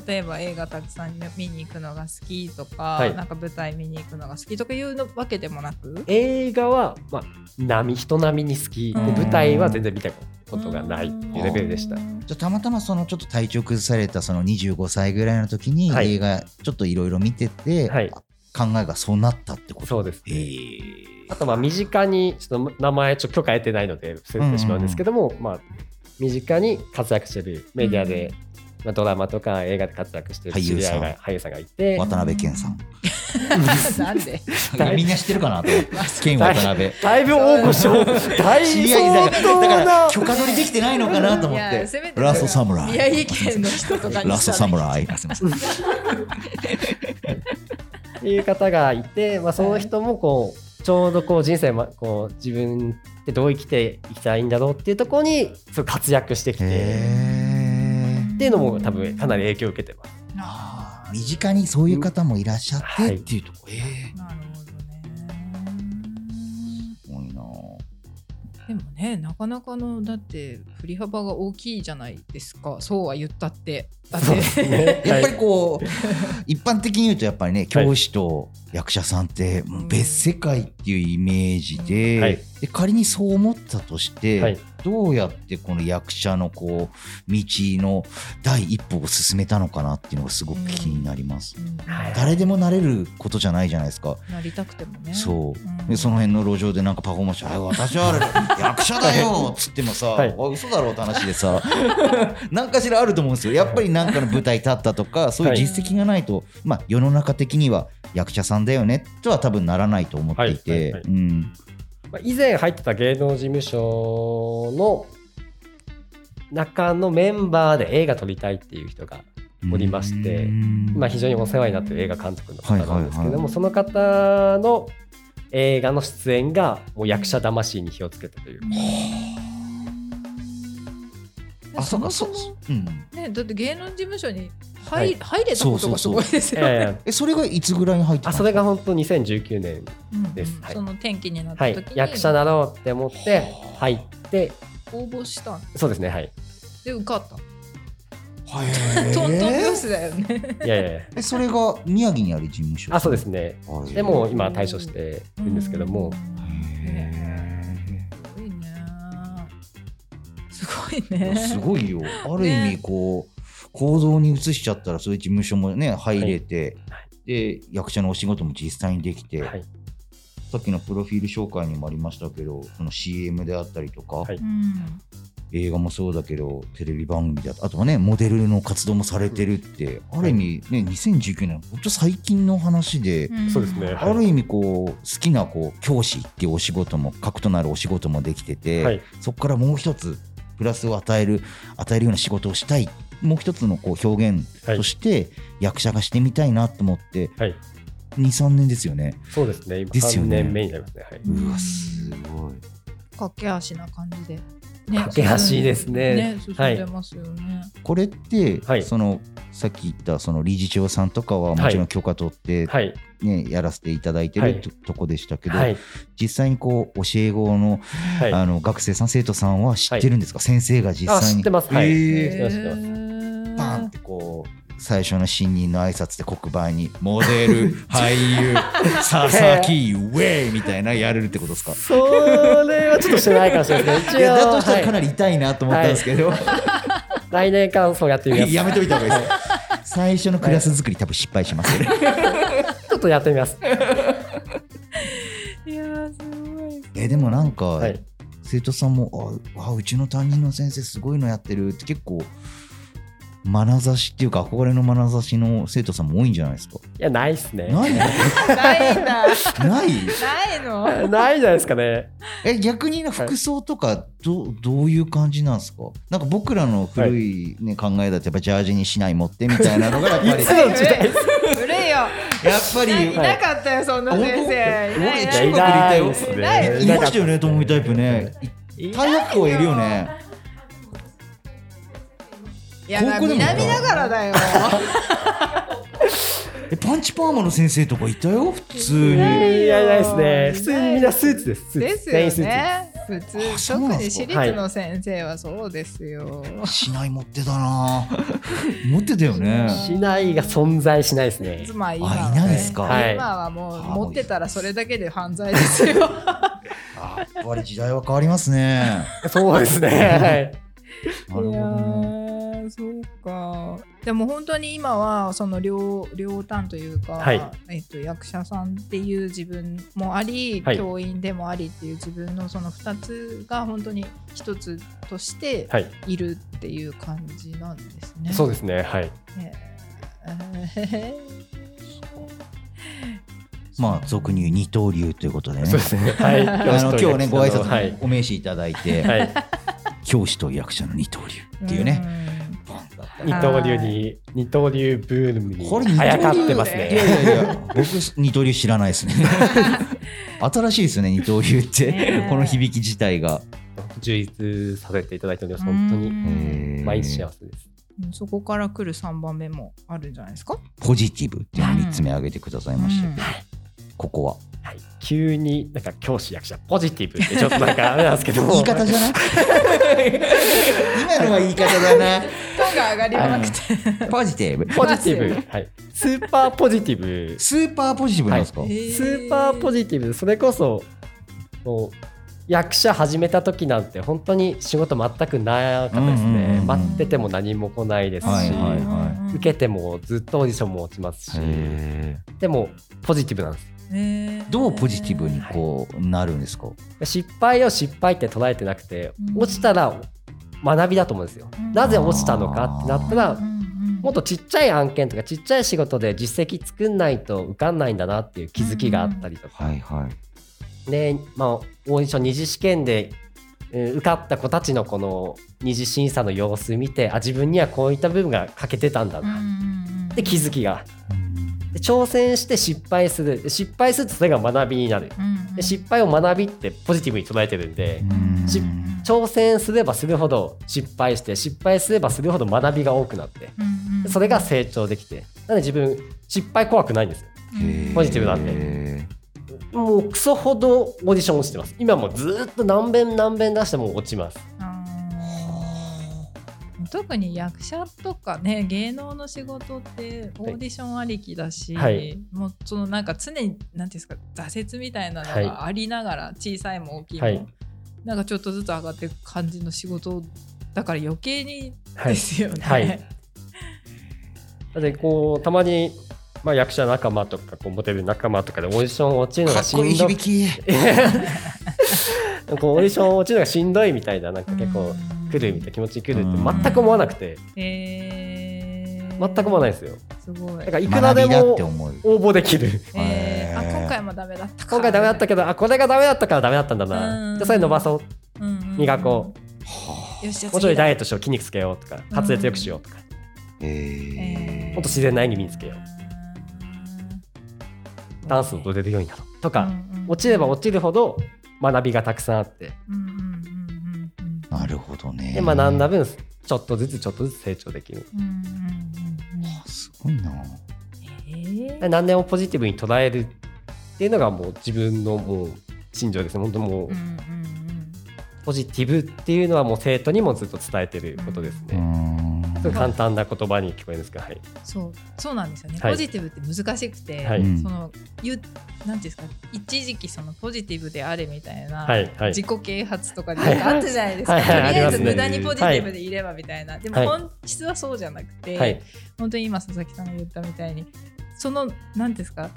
Speaker 1: 例えば映画たくさん見に行くのが好きとか、
Speaker 4: はい
Speaker 1: なんか舞台見に行くのが好きとかいうのわけでもなく
Speaker 4: 映画は、まあ、波人並みに好きで
Speaker 1: うん
Speaker 4: 舞台は全然見たことがないっていうレベルでした
Speaker 1: う
Speaker 2: [LAUGHS]
Speaker 4: は
Speaker 1: ん
Speaker 2: じゃあたまたまそのちょっと体調崩されたその25歳ぐらいの時に
Speaker 4: はい
Speaker 2: 映画ちょっといろいろ見てて、
Speaker 4: い
Speaker 2: 考えがそうなったってこと
Speaker 4: そうです
Speaker 2: へえ
Speaker 4: あとまあ身近にちょっと名前ちょっと許可得てないので伏せてしまうんですけども、まあ、身近に活躍してるメディアで、まあ、ドラマとか映画で活躍してる知り合いが俳優さんがいて
Speaker 2: 渡辺謙さん
Speaker 1: なんで
Speaker 2: みんな知ってるかな
Speaker 4: [LAUGHS]
Speaker 2: と思って謙渡辺
Speaker 4: だいぶ大御
Speaker 2: [LAUGHS]
Speaker 4: 所大
Speaker 2: 知り合い
Speaker 4: 相
Speaker 2: だからだか
Speaker 4: 当
Speaker 2: ら
Speaker 4: な
Speaker 2: 許可取りできてないのかなと思っ
Speaker 1: いや
Speaker 2: て
Speaker 1: せめて
Speaker 2: ラストサムライ
Speaker 1: 宮城県の人とかに
Speaker 2: ラストサムライあすいません
Speaker 4: いう方がいて、まあ、その人もこうちょうどこう人生、ま、こう自分ってどう生きていきたいんだろうっていうところにそう活躍してきてっ
Speaker 2: へー
Speaker 4: ていうのも多分かなり影響を受けてます。
Speaker 2: あー身近にそういう方もいらっしゃってっていうとこ、えー
Speaker 1: なるほどね。
Speaker 2: すごいなぁ
Speaker 1: でもね、なかなかの、だって、振り幅が大きいじゃないですか。そうは言ったって。だって、 [LAUGHS]
Speaker 4: ね
Speaker 2: やっぱりこう、一般的に言うとやっぱりね教師と役者さんってもう別世界っていうイメージで,、
Speaker 4: はい
Speaker 2: で仮にそう思ったとして、
Speaker 4: はい
Speaker 2: どうやってこの役者のこう道の第一歩を進めたのかなっていうのがすごく気になります。
Speaker 1: うん
Speaker 4: はい
Speaker 2: 誰でもなれることじゃないじゃないですか。
Speaker 1: なりたくてもね。
Speaker 2: そう、
Speaker 1: うん
Speaker 2: でその辺の路上でなんかパフォーマンスして「あ私は
Speaker 4: [LAUGHS]
Speaker 2: あれ役者だよ」っつってもさ「
Speaker 4: はい
Speaker 2: あ嘘だろ」って話でさ [LAUGHS] 何かしらあると思うんですよやっぱり何かの舞台立ったとかそういう実績がないと、まあ世の中的には役者さんだよねとは多分ならないと思っていて、
Speaker 4: はいはいはい
Speaker 2: うん、
Speaker 4: まあ以前入ってた芸能事務所の中のメンバーで映画撮りたいっていう人がおりまして
Speaker 2: うん
Speaker 4: まあ、非常にお世話になってる映画監督の方なんです
Speaker 2: は
Speaker 4: けども、
Speaker 2: いはいはい
Speaker 4: その方の映画の出演がもう役者魂に火をつけたというか
Speaker 2: あそこそ
Speaker 1: もも
Speaker 2: こ、うん、
Speaker 1: ね、だって芸能事務所に入,、
Speaker 4: はい
Speaker 1: 入れたことがすごいですよね。
Speaker 4: ええ
Speaker 2: えそれがいつぐらいに入ってた
Speaker 4: あ
Speaker 2: ん
Speaker 4: そ
Speaker 2: で
Speaker 4: れが本当2019年、
Speaker 1: うん
Speaker 4: です
Speaker 1: うん
Speaker 4: はい
Speaker 1: その転機になっ
Speaker 4: は
Speaker 1: た
Speaker 4: い
Speaker 1: 時、に、
Speaker 4: 役者だろうって思って入って
Speaker 1: 応募したん
Speaker 4: そうですねはい
Speaker 1: で受かった。
Speaker 2: すかへー
Speaker 1: トントン拍子だよ
Speaker 2: [LAUGHS]
Speaker 1: ね。
Speaker 4: いやいやいや
Speaker 2: えそれが宮城にある事務所
Speaker 4: あそうですね
Speaker 2: はい
Speaker 4: でもう今対処してるんですけども、
Speaker 2: へ
Speaker 1: すごいね。すごい
Speaker 2: ー
Speaker 1: ね。
Speaker 2: いやすごいよ。ある意味こう、行動に移しちゃったらそういう事務所もね入れて、
Speaker 4: は
Speaker 2: で役者のお仕事も実際にできて、
Speaker 4: はい、
Speaker 2: さっきのプロフィール紹介にもありましたけどその CM であったりとか、
Speaker 4: はい
Speaker 1: うん
Speaker 2: 映画もそうだけどテレビ番組だあとはねモデルの活動もされてるって、ある意味、ね、2019年ほんと最近の話で。
Speaker 1: ん、
Speaker 4: そうですね
Speaker 2: ある意味こう好きなこう教師っていうお仕事も核となるお仕事もできてて、
Speaker 4: はい
Speaker 2: そこからもう一つプラスを与える与えるような仕事をしたいもう一つのこう表現
Speaker 4: はい
Speaker 2: として役者がしてみたいなと思って、
Speaker 4: はい
Speaker 2: 23年ですよね
Speaker 4: そうですね今
Speaker 2: ですよ
Speaker 4: 3
Speaker 2: ね
Speaker 4: 年目になりますねはいう
Speaker 1: ん
Speaker 2: ごい
Speaker 1: 駆け足な感じで。ね
Speaker 4: 駆け足ですね
Speaker 1: 進ん
Speaker 4: は
Speaker 1: ね進ん
Speaker 4: い
Speaker 1: でますよね。
Speaker 2: これって、
Speaker 4: はい
Speaker 2: そのさっき言ったその理事長さんとかはもちろん許可取って、
Speaker 4: はい
Speaker 2: ねやらせていただいて
Speaker 4: は
Speaker 2: る
Speaker 4: い
Speaker 2: と,、こでしたけど、
Speaker 4: はい
Speaker 2: 実際にこう教え子の
Speaker 4: はい
Speaker 2: あの学生さん生徒さんは知ってるんですか、先生が実際に
Speaker 4: あ知ってますは
Speaker 2: え
Speaker 4: い
Speaker 2: ー
Speaker 4: 知ってます知ってます
Speaker 2: バーンってこう最初の新任の挨拶で黒板にモデ
Speaker 4: [LAUGHS]
Speaker 2: ル俳優佐々木ウェイみたいなやれるってことですか
Speaker 4: それはちょっとしてないかもしれないです
Speaker 2: い
Speaker 4: ね一応
Speaker 2: やだとしたらか
Speaker 4: は
Speaker 2: なり痛いなと思ったんですけど、
Speaker 4: い来年間そうやってみます
Speaker 2: やめといた方がいいです最初のクラス作り多分失敗しますよね
Speaker 4: ちょっとやってみます。
Speaker 1: いやーすごいですね。
Speaker 2: えでもなんか、
Speaker 4: はい。
Speaker 2: 生徒さんもあわうちの担任の先生すごいのやってるって結構眼差しっていうか憧れの眼差しの生徒さんも多いんじゃないですか
Speaker 4: いや、ないっすね。
Speaker 2: ない
Speaker 1: ないんだ。
Speaker 2: ない [LAUGHS]
Speaker 1: ないの。
Speaker 4: ないじゃないですかね。
Speaker 2: え逆に服装とかど,、どういう感じなんですかなんか僕らの古い、ね考えだとやっぱジャージにしない持ってみたいなのがやっぱりやっ
Speaker 4: そう、時代
Speaker 1: うれよ。
Speaker 2: ぱり
Speaker 1: い
Speaker 2: い
Speaker 1: なかったよ、そんな先生。いないいな
Speaker 2: 俺中
Speaker 1: い
Speaker 2: 学にいたよ
Speaker 4: いないですね
Speaker 1: ない
Speaker 2: いましたよねトムイタイプね大学校いるよね
Speaker 1: いや、まあ
Speaker 2: 高校でも
Speaker 1: 南だから
Speaker 2: [LAUGHS]
Speaker 1: だよ。
Speaker 2: えパンチパーマの先生とかいたよ普通
Speaker 4: い
Speaker 2: に
Speaker 1: ね
Speaker 4: や、いないですね。普通にみんなスーツです。スーツ
Speaker 1: です
Speaker 4: 全員ス
Speaker 1: よ
Speaker 4: ー
Speaker 1: ね。普
Speaker 2: あ
Speaker 1: 通、
Speaker 2: そうなん
Speaker 1: 特
Speaker 2: で
Speaker 1: に
Speaker 2: すか
Speaker 1: 私立の先生はそうですよ。
Speaker 2: しない持ってたな [LAUGHS] 持ってたよね
Speaker 4: ツ。しないが存在しないですね。
Speaker 1: まあ、今
Speaker 2: あ
Speaker 1: は、
Speaker 2: いない
Speaker 1: ね
Speaker 2: ですか
Speaker 4: はい
Speaker 1: 今はもう、
Speaker 2: はい
Speaker 1: 持ってたら、それだけで犯罪ですよ。
Speaker 2: あやっぱり時代は変わりますね
Speaker 4: そうですね。
Speaker 2: [LAUGHS]
Speaker 4: は
Speaker 2: なるほ
Speaker 4: い。
Speaker 2: ど
Speaker 1: いや
Speaker 2: ね
Speaker 1: ーそうかでも本当に今はその両両端というか、
Speaker 4: はい
Speaker 1: えっと、役者さんっていう自分もあり、
Speaker 4: はい
Speaker 1: 教員でもありっていう自分のその2つが本当に1つとして
Speaker 4: はい。
Speaker 1: いるっていう感じなんですね。
Speaker 4: そう
Speaker 1: で
Speaker 4: ですね。はい。
Speaker 1: すね。えー
Speaker 2: まあ俗に言う二刀流ということでね
Speaker 4: そうですね。はい。
Speaker 2: [LAUGHS] あの今日ねご挨
Speaker 4: は
Speaker 2: 拶
Speaker 4: い
Speaker 2: も。お名刺いただいて、
Speaker 4: はい。
Speaker 2: 教師と役者の二刀流っていうね、
Speaker 1: ん
Speaker 2: パンだった
Speaker 4: 二刀流に二刀流ブームに
Speaker 2: これ
Speaker 4: あやかってます
Speaker 2: いや
Speaker 4: ね。
Speaker 2: いやいや、僕、二刀流知らないで
Speaker 4: [LAUGHS]
Speaker 2: すね。新しいですよね、二刀流って、
Speaker 1: ねえ
Speaker 2: この響き自体が。
Speaker 4: 充実させていただいております。本当
Speaker 1: う
Speaker 4: に
Speaker 1: ん
Speaker 2: えー
Speaker 4: 毎日幸せです。
Speaker 1: そこから来る三番目もあるんじゃないですか。
Speaker 2: ポジティブっていうのを3つ目挙げてくださいましたけど、ここは。
Speaker 4: はい、急になんか教師役者ポジティブってちょっとなんかあれなんですけど
Speaker 2: [LAUGHS]
Speaker 4: も
Speaker 2: 言い方じゃない今のは言い方だな。
Speaker 1: トーンが上がりまくって。
Speaker 2: ポジティブ。
Speaker 4: ポジティブ、はい、スーパーポジティブ
Speaker 2: スーパーポジティブなんですか、
Speaker 1: へ
Speaker 4: スーパーポジティブそれこそもう役者始めた時なんて本当に仕事全くなかったです
Speaker 2: うんうんうん
Speaker 4: ね
Speaker 2: うん
Speaker 4: 待ってても何も来ないですし、
Speaker 2: はいはいは
Speaker 4: 受けてもずっとオーディションも落ちますし
Speaker 2: へー
Speaker 4: でもポジティブなんです
Speaker 1: け
Speaker 2: どうポジティブにこうなるんですか、
Speaker 4: 失敗を失敗って捉えてなくて
Speaker 1: うん
Speaker 4: 落ちたら学びだと思うんですよ
Speaker 1: うん
Speaker 4: なぜ落ちたのかってなったらもっ
Speaker 1: と
Speaker 4: とちっちゃい案件とかちっちゃい仕事で実績作んないと受かんないんだなっていう気づきがあったりとか、
Speaker 2: はいはい。
Speaker 4: で、まあ、オーディション二次試験で、えー受かった子たちのこの二次審査の様子見てあ自分にはこういった部分が欠けてたんだなって気づきがで挑戦して失敗するで失敗するとそれが学びになるで失敗を学びってポジティブに捉えてるんで
Speaker 2: うん
Speaker 4: し挑戦すればするほど失敗して失敗すればするほど学びが多くなってでそれが成長できてなので自分失敗怖くないんですよ
Speaker 2: へー
Speaker 4: ポジティブなん
Speaker 2: へ
Speaker 4: もうクソほどオーディション落ちてます今もずーっと何遍何遍出しても落ちます
Speaker 1: 特に役者とかね芸能の仕事ってオーディションありきだし、
Speaker 4: はい
Speaker 1: もうそのなんか常に何ていうんですか挫折みたいなの
Speaker 4: はい
Speaker 1: がありながら、小さいも大きいも、
Speaker 4: はい
Speaker 1: なんかちょっとずつ上がっていく感じの仕事だから余計に
Speaker 4: は
Speaker 1: で
Speaker 4: い
Speaker 1: すよね。
Speaker 4: はいだってこうたまに、まあ、役者仲間とかこうモデル仲間とかでオーディション落ち
Speaker 2: ー
Speaker 4: るの
Speaker 2: か
Speaker 4: が
Speaker 2: っ
Speaker 4: し
Speaker 2: こいい
Speaker 4: んどい
Speaker 2: 響き。
Speaker 4: こうオーディション落ちるのがしんどいみたいななんか結構来るみたいな気持ちに来るって全く思わなくて
Speaker 1: えー、
Speaker 4: 全く思わないですよ
Speaker 1: すごい
Speaker 4: だか。らいくらで
Speaker 2: 学びだって
Speaker 4: も
Speaker 2: 思う。
Speaker 4: 応募できる
Speaker 1: えー、あ
Speaker 2: へー
Speaker 1: 今回もダメだったか
Speaker 4: 今回ダメだった
Speaker 1: け
Speaker 4: けどあこれがダメだったからダメだったんだな
Speaker 1: うん
Speaker 4: じゃあそれ伸ばそう
Speaker 1: ど、うんうんうん
Speaker 4: 磨こう
Speaker 1: よしじゃあ次だ
Speaker 4: もうちょいダイエットしよう筋肉つけようとか滑舌よくしようとか
Speaker 2: へー
Speaker 4: もっと自然な演技身につけよ
Speaker 1: うん
Speaker 4: ダンスも踊れるようになろうと
Speaker 1: う
Speaker 4: か
Speaker 1: んうん
Speaker 4: 落ちれば落ちるほど学びがたくさんあって
Speaker 1: うんうんうんうん
Speaker 2: なるほどね。
Speaker 4: で学んだ分ちょっとずつちょっとずつ成長できる
Speaker 1: うんうんうんうんうん
Speaker 2: すごいな。
Speaker 1: えー
Speaker 4: 何でもポジティブに捉えるっていうのがもう自分のもう心情ですね本当も
Speaker 1: う
Speaker 4: う
Speaker 1: んうん
Speaker 4: ポジティブっていうのはもう生徒にもずっと伝えてることです
Speaker 2: うー
Speaker 4: ね
Speaker 2: ん
Speaker 4: すごい簡単な言葉に聞こえるんですけどはい
Speaker 1: うんそうそうなんですよね、
Speaker 4: はい
Speaker 1: ポジティブって難しくて、
Speaker 4: はい
Speaker 2: うん
Speaker 1: そのゆなんていうんですか一時期そのポジティブであれみたいな、
Speaker 4: はいはい
Speaker 1: 自己啓発とかで
Speaker 4: はい
Speaker 1: なんかあったじゃないですか、
Speaker 4: はいはい
Speaker 2: はい
Speaker 1: とりあえ
Speaker 2: あ
Speaker 1: ず
Speaker 2: りま
Speaker 1: 無
Speaker 2: すね
Speaker 1: 駄にポジティブでいればみたいな、でも
Speaker 4: はい
Speaker 1: 本質はそうじゃなくて、
Speaker 4: はい
Speaker 1: 本当に今佐々木さんが言ったみたいにその何ですか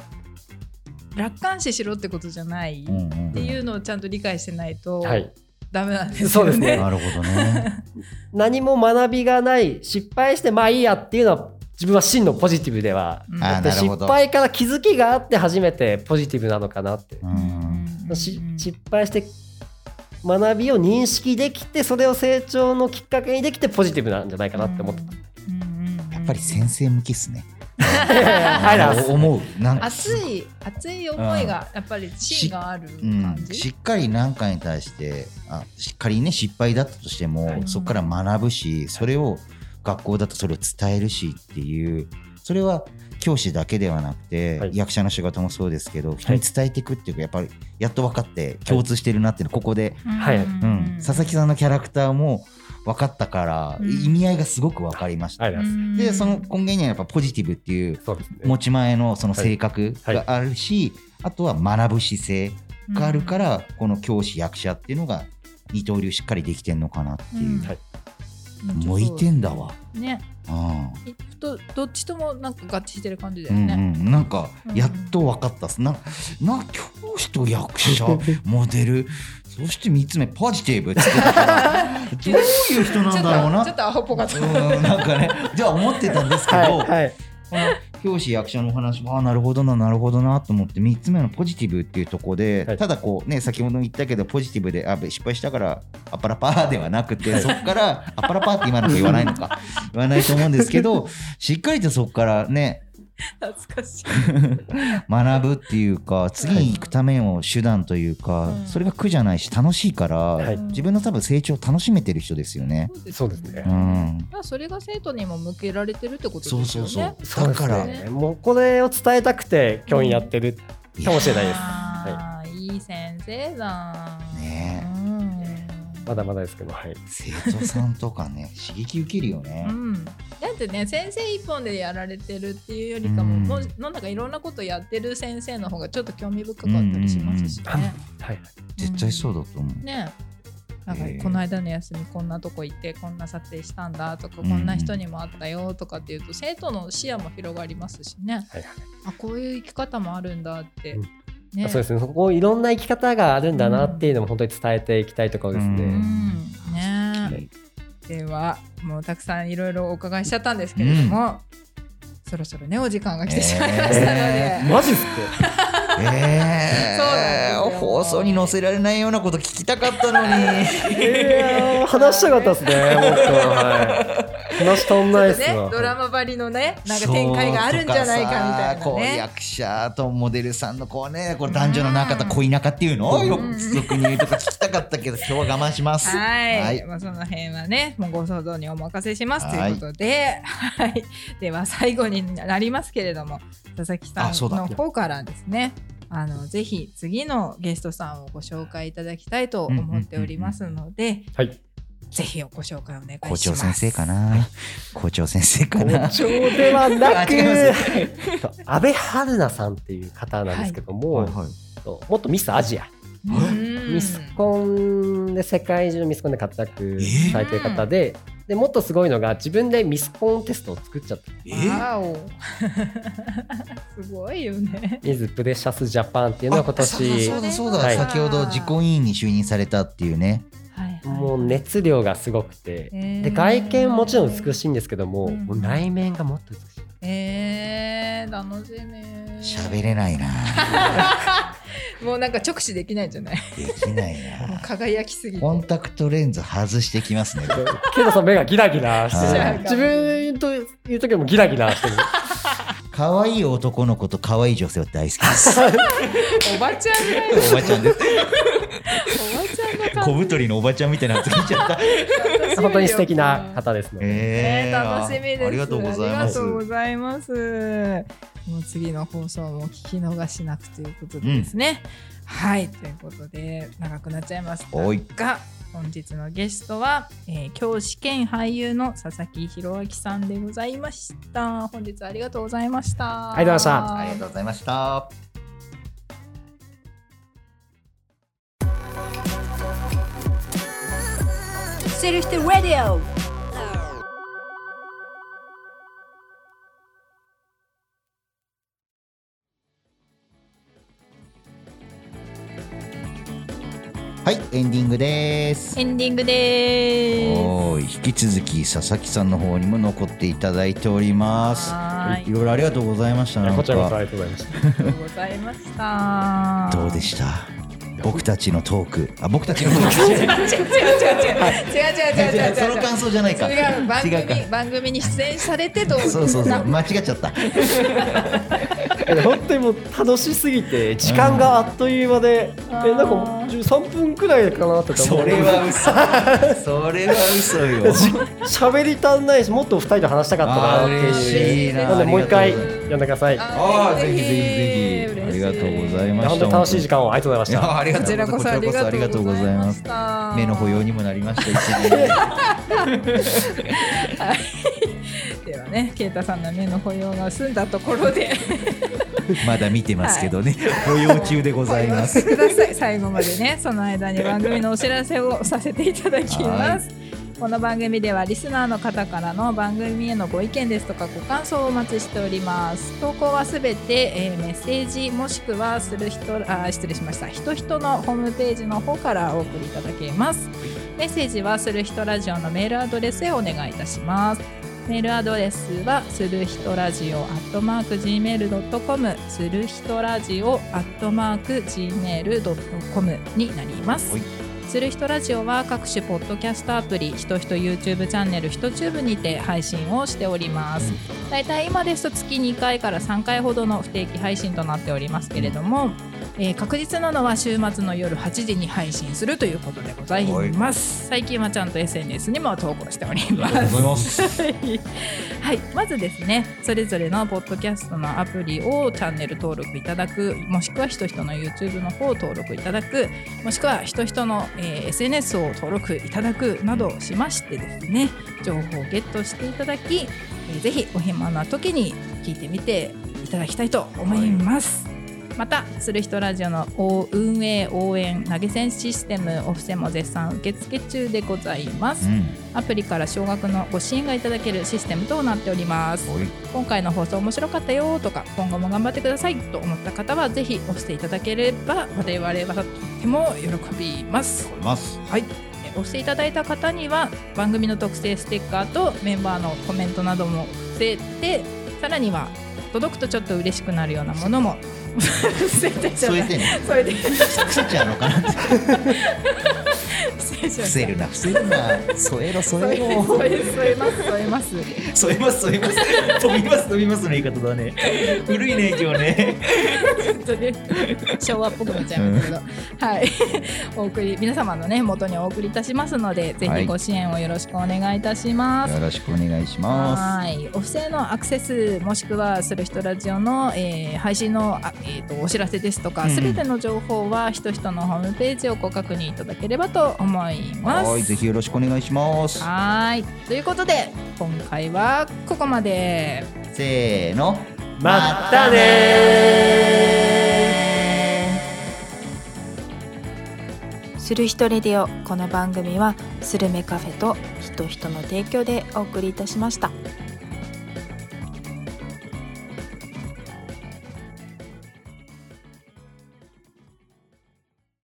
Speaker 1: 楽観視しろってことじゃない
Speaker 2: うんう
Speaker 1: っ
Speaker 2: んうん
Speaker 1: ていうのをちゃんと理解してないと
Speaker 4: はい
Speaker 1: ダメなんですよね。
Speaker 4: そうですね
Speaker 2: なるほどね。
Speaker 4: 何も学びがない失敗してまあいいやっていうのは自分は真のポジティブでは
Speaker 1: うん
Speaker 2: あー
Speaker 4: で
Speaker 2: なる
Speaker 4: 失
Speaker 2: ほど
Speaker 4: 敗から気づきがあって初めてポジティブなのかなって
Speaker 2: [LAUGHS] う
Speaker 1: うん
Speaker 2: ん
Speaker 4: し
Speaker 1: うん
Speaker 4: 失敗して学びを認識できてそれを成長のきっかけにできてポジティブなんじゃないかなって思 [LAUGHS] ってます。
Speaker 1: うんうんうん
Speaker 2: やっぱり先生向きっすね。
Speaker 4: あ [LAUGHS] りがとうございます
Speaker 2: 思う。なんか
Speaker 1: 熱い熱い思いがやっぱり芯がある
Speaker 2: うん
Speaker 1: 感、
Speaker 2: し
Speaker 1: じ。
Speaker 2: っかり何かに対してあしっかりね失敗だったとしても、
Speaker 4: はい
Speaker 2: そこから学ぶしそれを学校だとそれを伝えるしっていうそれは教師だけではなくて、
Speaker 4: はい
Speaker 2: 役者の仕事もそうですけど人に伝えていくっていうかやっぱりやっと分かって共通してるなっていうのここで、
Speaker 4: はい
Speaker 2: うん佐々木さんのキャラクターも分かったから、
Speaker 1: うん
Speaker 2: 意味合いがすごく分かりました。
Speaker 4: ありがとうございま
Speaker 2: でその根源にはやっぱポジティブっていう
Speaker 4: す。そうですね。
Speaker 2: 持ち前のその性格
Speaker 4: はいは
Speaker 2: があるし、あとは学ぶ姿勢があるから、この教師役者っていうのが二刀流しっかりできてんのかなっていう、
Speaker 4: はい
Speaker 2: 向いてんだわ、
Speaker 1: ね
Speaker 2: うん
Speaker 1: どどっちともなんか合致してる感じだ
Speaker 2: う
Speaker 1: よ
Speaker 2: んう
Speaker 1: ね。
Speaker 2: ん、なんかやっと分かったっすなな教師と役者モデルそして3つ目ポジティブって言ってたからどういう人
Speaker 1: ちょ
Speaker 2: なん
Speaker 1: っと
Speaker 2: だろうな
Speaker 1: ちょっとアホっぽかった。
Speaker 2: うんなんかねじゃあ思ってたんですけど、
Speaker 4: はいはい。
Speaker 2: この教師役者のお話もああなるほどななるほどなと思って3つ目のポジティブっていうとこで、
Speaker 4: はい
Speaker 2: ただこうね先ほども言ったけどポジティブであ失敗したからアパラパーではなくて、そこからアパラパーって今のと言わないの
Speaker 4: [LAUGHS]
Speaker 2: か言わないと思うんですけどしっかりとそこからね [LAUGHS]
Speaker 1: 懐かしい。
Speaker 2: 学ぶっていうか次に行くための手段というか、
Speaker 1: うん
Speaker 2: それが苦じゃないし楽しいから、
Speaker 4: はい
Speaker 2: 自分の多分成長を楽しめてる人ですよね。
Speaker 4: そうですね
Speaker 2: う。ん
Speaker 1: まあそれが生徒にも向けられてるってことですよ
Speaker 2: そう
Speaker 1: ね。
Speaker 2: そうそう
Speaker 4: そう
Speaker 2: だ
Speaker 4: です
Speaker 2: か
Speaker 4: ね
Speaker 2: ら、
Speaker 4: もうこれを伝えたくて教員やってるかもしれないです。
Speaker 1: あーい、い先生だ。
Speaker 2: ね
Speaker 4: まだまだですけど、はい。
Speaker 2: 生徒さんとかね刺激受けるよね
Speaker 1: う。ん。だってね先生一本でやられてるっていうよりかも、
Speaker 2: うん
Speaker 1: もうなんだかいろんなことやってる先生の方がちょっと興味深かったりしますしね。
Speaker 4: うんうんはい。
Speaker 2: 絶対そうだと思う。
Speaker 1: ねなんか
Speaker 2: えー
Speaker 1: この間の休みこんなとこ行ってこんな撮影したんだとか、
Speaker 2: うん
Speaker 1: こんな人にも会ったよとかっていうと生徒の視野も広がりますしね、
Speaker 4: はいはい
Speaker 1: あこういう生き方もあるんだって、
Speaker 4: うん
Speaker 1: ね
Speaker 4: そうですね。そこいろんな生き方があるんだなっていうのも本当に伝えていきたいところです
Speaker 1: う
Speaker 4: ね。
Speaker 1: んね
Speaker 2: い
Speaker 1: ではもうたくさんいろいろお伺いしちゃったんですけれども、そろそろねお時間が来てしまいましたので、
Speaker 2: え
Speaker 4: マジっす
Speaker 1: [LAUGHS] そうなんです
Speaker 2: えー、
Speaker 1: よ
Speaker 2: 放送に載せられないようなこと聞きたかったのに
Speaker 4: か。えー話したかったですね。本当
Speaker 1: [LAUGHS]
Speaker 4: はい。話足んないっす
Speaker 1: ね
Speaker 4: わ。
Speaker 1: ドラマばりのね [LAUGHS] なんか展開があるんじゃないかみたい
Speaker 2: そうとかさこう
Speaker 1: なね。
Speaker 2: 役者とモデルさんのこうねこれ男女の仲と恋仲っていうのをよ
Speaker 1: うん
Speaker 2: 俗に言うとか聞きたかったけど今日は我慢します
Speaker 1: はい、
Speaker 2: はい
Speaker 1: まあ、その辺はねもうご想像にお任せしますと
Speaker 2: はいいう
Speaker 1: ことで、はい、では最後になりますけれども佐々木さ
Speaker 2: あそうんだ
Speaker 1: の方からですねあのぜひ次のゲストさんをご紹介いただきたいと思っておりますので、
Speaker 4: はい。
Speaker 1: ぜひご紹介お願いします
Speaker 2: 校長先生かな校長先生か
Speaker 4: 校
Speaker 2: な
Speaker 4: 長で
Speaker 1: [LAUGHS]
Speaker 4: はな
Speaker 2: あ違い
Speaker 4: く、安倍春菜さんっていう方なんですけども、
Speaker 2: はいはい
Speaker 4: ともっとミスアジア、
Speaker 1: うん
Speaker 4: ミスコンで世界中のミスコンで活躍
Speaker 2: え
Speaker 4: されてる方で,、でもっとすごいのが自分でミスコンテストを作っちゃった
Speaker 1: わお [LAUGHS] すごいよね
Speaker 4: ミズ・プレシャス・ジャパンっていうのは今
Speaker 2: そ
Speaker 4: 年
Speaker 2: うだそうだ、
Speaker 4: はい
Speaker 2: 先ほど実行委員に就任されたっていうね
Speaker 1: はいはい
Speaker 4: もう熱量がすごくて、
Speaker 1: えー
Speaker 4: で外見もちろん美しいんですけども,、
Speaker 1: うん
Speaker 4: もう内面がもっと美しい。
Speaker 1: えー、楽しみ
Speaker 2: 喋れないな
Speaker 1: [LAUGHS] もうなんか直視できないんじゃない [LAUGHS]
Speaker 2: できない
Speaker 1: もう
Speaker 2: な
Speaker 1: 輝きすぎて
Speaker 2: コンタクトレンズ外してきますね
Speaker 4: けどさん目がギラギラして
Speaker 2: は
Speaker 4: る
Speaker 2: い
Speaker 4: 自分と言う時もギラギラ
Speaker 2: [LAUGHS]
Speaker 4: してる
Speaker 2: 可愛い男の子と可愛い女性は大好き
Speaker 1: [LAUGHS]
Speaker 2: です。
Speaker 1: おばちゃんぐらいの
Speaker 2: おばちゃんで
Speaker 1: お
Speaker 2: す。
Speaker 1: ばちゃんの感
Speaker 2: 小太りのおばちゃんみたいなやつ見ちゃった。
Speaker 1: じ
Speaker 4: 本当に素敵な方ですので、
Speaker 1: え
Speaker 2: え
Speaker 1: ー、楽しみです
Speaker 2: ありがとうござい
Speaker 1: あり
Speaker 2: ま
Speaker 1: が
Speaker 2: す
Speaker 1: と。うございますもう次の放送も聞き逃しなくということでですね、はいということで長くなっちゃいます
Speaker 2: おい
Speaker 1: が本日のゲストは、えー、教師兼俳優の佐々木弘明さんでございました本日はありがとうございました
Speaker 4: ありがとうございま
Speaker 2: ありがとうございました。
Speaker 5: セルフテラディオ
Speaker 2: はい、エンディングです。
Speaker 1: エンディングでー
Speaker 2: おーい、引き続き佐々木さんの方にも残っていただいておりますす。
Speaker 1: はい
Speaker 2: いろいろありがとうございました。なん
Speaker 4: こちらこそあ
Speaker 2: か
Speaker 4: りがとうございました。
Speaker 1: ありがとうございました
Speaker 2: どうでした。僕たちのトーク、あ、僕たちのトーク。
Speaker 1: [LAUGHS] 違う違う違う違う違う違う違う違う違う [LAUGHS] 違う
Speaker 2: その感想じゃないか。
Speaker 1: 違う番組
Speaker 2: 違うか。
Speaker 1: 番組に出演されてどう
Speaker 2: そうそうそ
Speaker 1: [LAUGHS]
Speaker 2: う、
Speaker 1: な
Speaker 2: 間違っちゃった。
Speaker 4: [LAUGHS] 本当にもう楽しすぎて時間があっという間で、え
Speaker 1: あー
Speaker 4: なんかもう13分くらいかなとか思
Speaker 2: それは嘘。それは嘘よ。
Speaker 4: 喋り足んないしもっとお二人と話したかったなって
Speaker 2: あー嬉
Speaker 4: い
Speaker 2: しいうな
Speaker 4: なのでもう一回
Speaker 2: ありがとうござ
Speaker 4: 呼んでくださいい
Speaker 2: あーぜひぜひぜひ
Speaker 1: 嬉し
Speaker 2: ありがとうございま
Speaker 4: や
Speaker 2: す
Speaker 4: 本当に楽しい時間をありがとうご
Speaker 2: い
Speaker 4: ざいまし
Speaker 2: やありが
Speaker 1: ことち
Speaker 2: う
Speaker 1: ら
Speaker 2: ございます
Speaker 1: こそありがとうございまし。
Speaker 2: こちらこ
Speaker 1: た
Speaker 2: そ目の保養にもなりました。一年
Speaker 1: ではねケイタさんの目の保養が済んだところで
Speaker 2: まだ見てますけどね、保養中でございま
Speaker 1: お
Speaker 2: す。
Speaker 1: [LAUGHS] 待ちください最後までねその間に番組のお知らせをさせていただきますこの番組ではリスナーの方からの番組へのご意見ですとかご感想をお待ちしております投稿はすべて、えーメッセージもしくはする人あ失礼しました人人のホームページの方からお送りいただけますメッセージはする人ラジオのメールアドレスへお願いいたしますメールアドレスはするひとラジオアットマーク Gmail.com するひとラジオアットマーク Gmail.com になります
Speaker 2: はい。
Speaker 1: するひとラジオは各種ポッドキャストアプリひとひと YouTube チャンネルひとチューブにて配信をしております、だいたい今ですと月2回から3回ほどの不定期配信となっておりますけれども、えー確実なのは週末の夜8時に配信するということでございます、最近はちゃんと SNS にも投稿しております
Speaker 2: ありがとうございます。
Speaker 1: [LAUGHS] はいはい、まずですねそれぞれのポッドキャストのアプリをチャンネル登録いただくもしくはひとひとの YouTube の方を登録いただくもしくはひとひとの、えー SNS を登録いただくなどしましてですね情報をゲットしていただき、えーぜひお暇な時に聞いてみていただきたいと思います。また、する人ラジオの運営応援投げ銭システムオフセも絶賛受付中でございます。
Speaker 2: うん
Speaker 1: アプリから少額のご支援がいただけるシステムとなっております
Speaker 2: はい
Speaker 1: 今回の放送面白かったよとか今後も頑張ってくださいと思った方はぜひ押していただければ我々はとっても喜びます
Speaker 2: おります。
Speaker 1: はい押していただいた方には番組の特製ステッカーとメンバーのコメントなども伏せてさらには届くとちょっと嬉しくなるようなものも [LAUGHS] 伏せてじゃ
Speaker 2: そ
Speaker 1: な
Speaker 2: れ
Speaker 1: い
Speaker 2: でね、
Speaker 1: それで
Speaker 2: 伏せちゃうのかな。
Speaker 1: 伏せちゃ
Speaker 2: 伏
Speaker 1: う
Speaker 2: せるな、伏せるな。添えろ、添えろ。
Speaker 1: 添え添えます添えます
Speaker 2: 添えます、添えます。飛びます、飛びますの言い方だね。古いね、今日ね。
Speaker 1: ちょっとね昭和っぽくなっちゃいますけど、はいお送り皆様のね元にお送りいたしますのでぜ
Speaker 2: は
Speaker 1: ひ
Speaker 2: い
Speaker 1: ご支援をよろしくお願いいたします
Speaker 2: よ。ろしくお願いしま
Speaker 1: はい、お布施のアクセスもしくはする人ラジオの、えー配信のあ、えー、とお知らせですとか、
Speaker 2: うん
Speaker 1: すべての情報はひとひとのホームページをご確認いただければと思い
Speaker 2: す。
Speaker 1: ます。
Speaker 2: はい、ぜひよろしくお願いします。
Speaker 1: はいということで今回はここまで。
Speaker 2: せーの。
Speaker 4: まったねー
Speaker 3: する人レディオこの番組はスルメカフェと人人の提供でお送りいたしました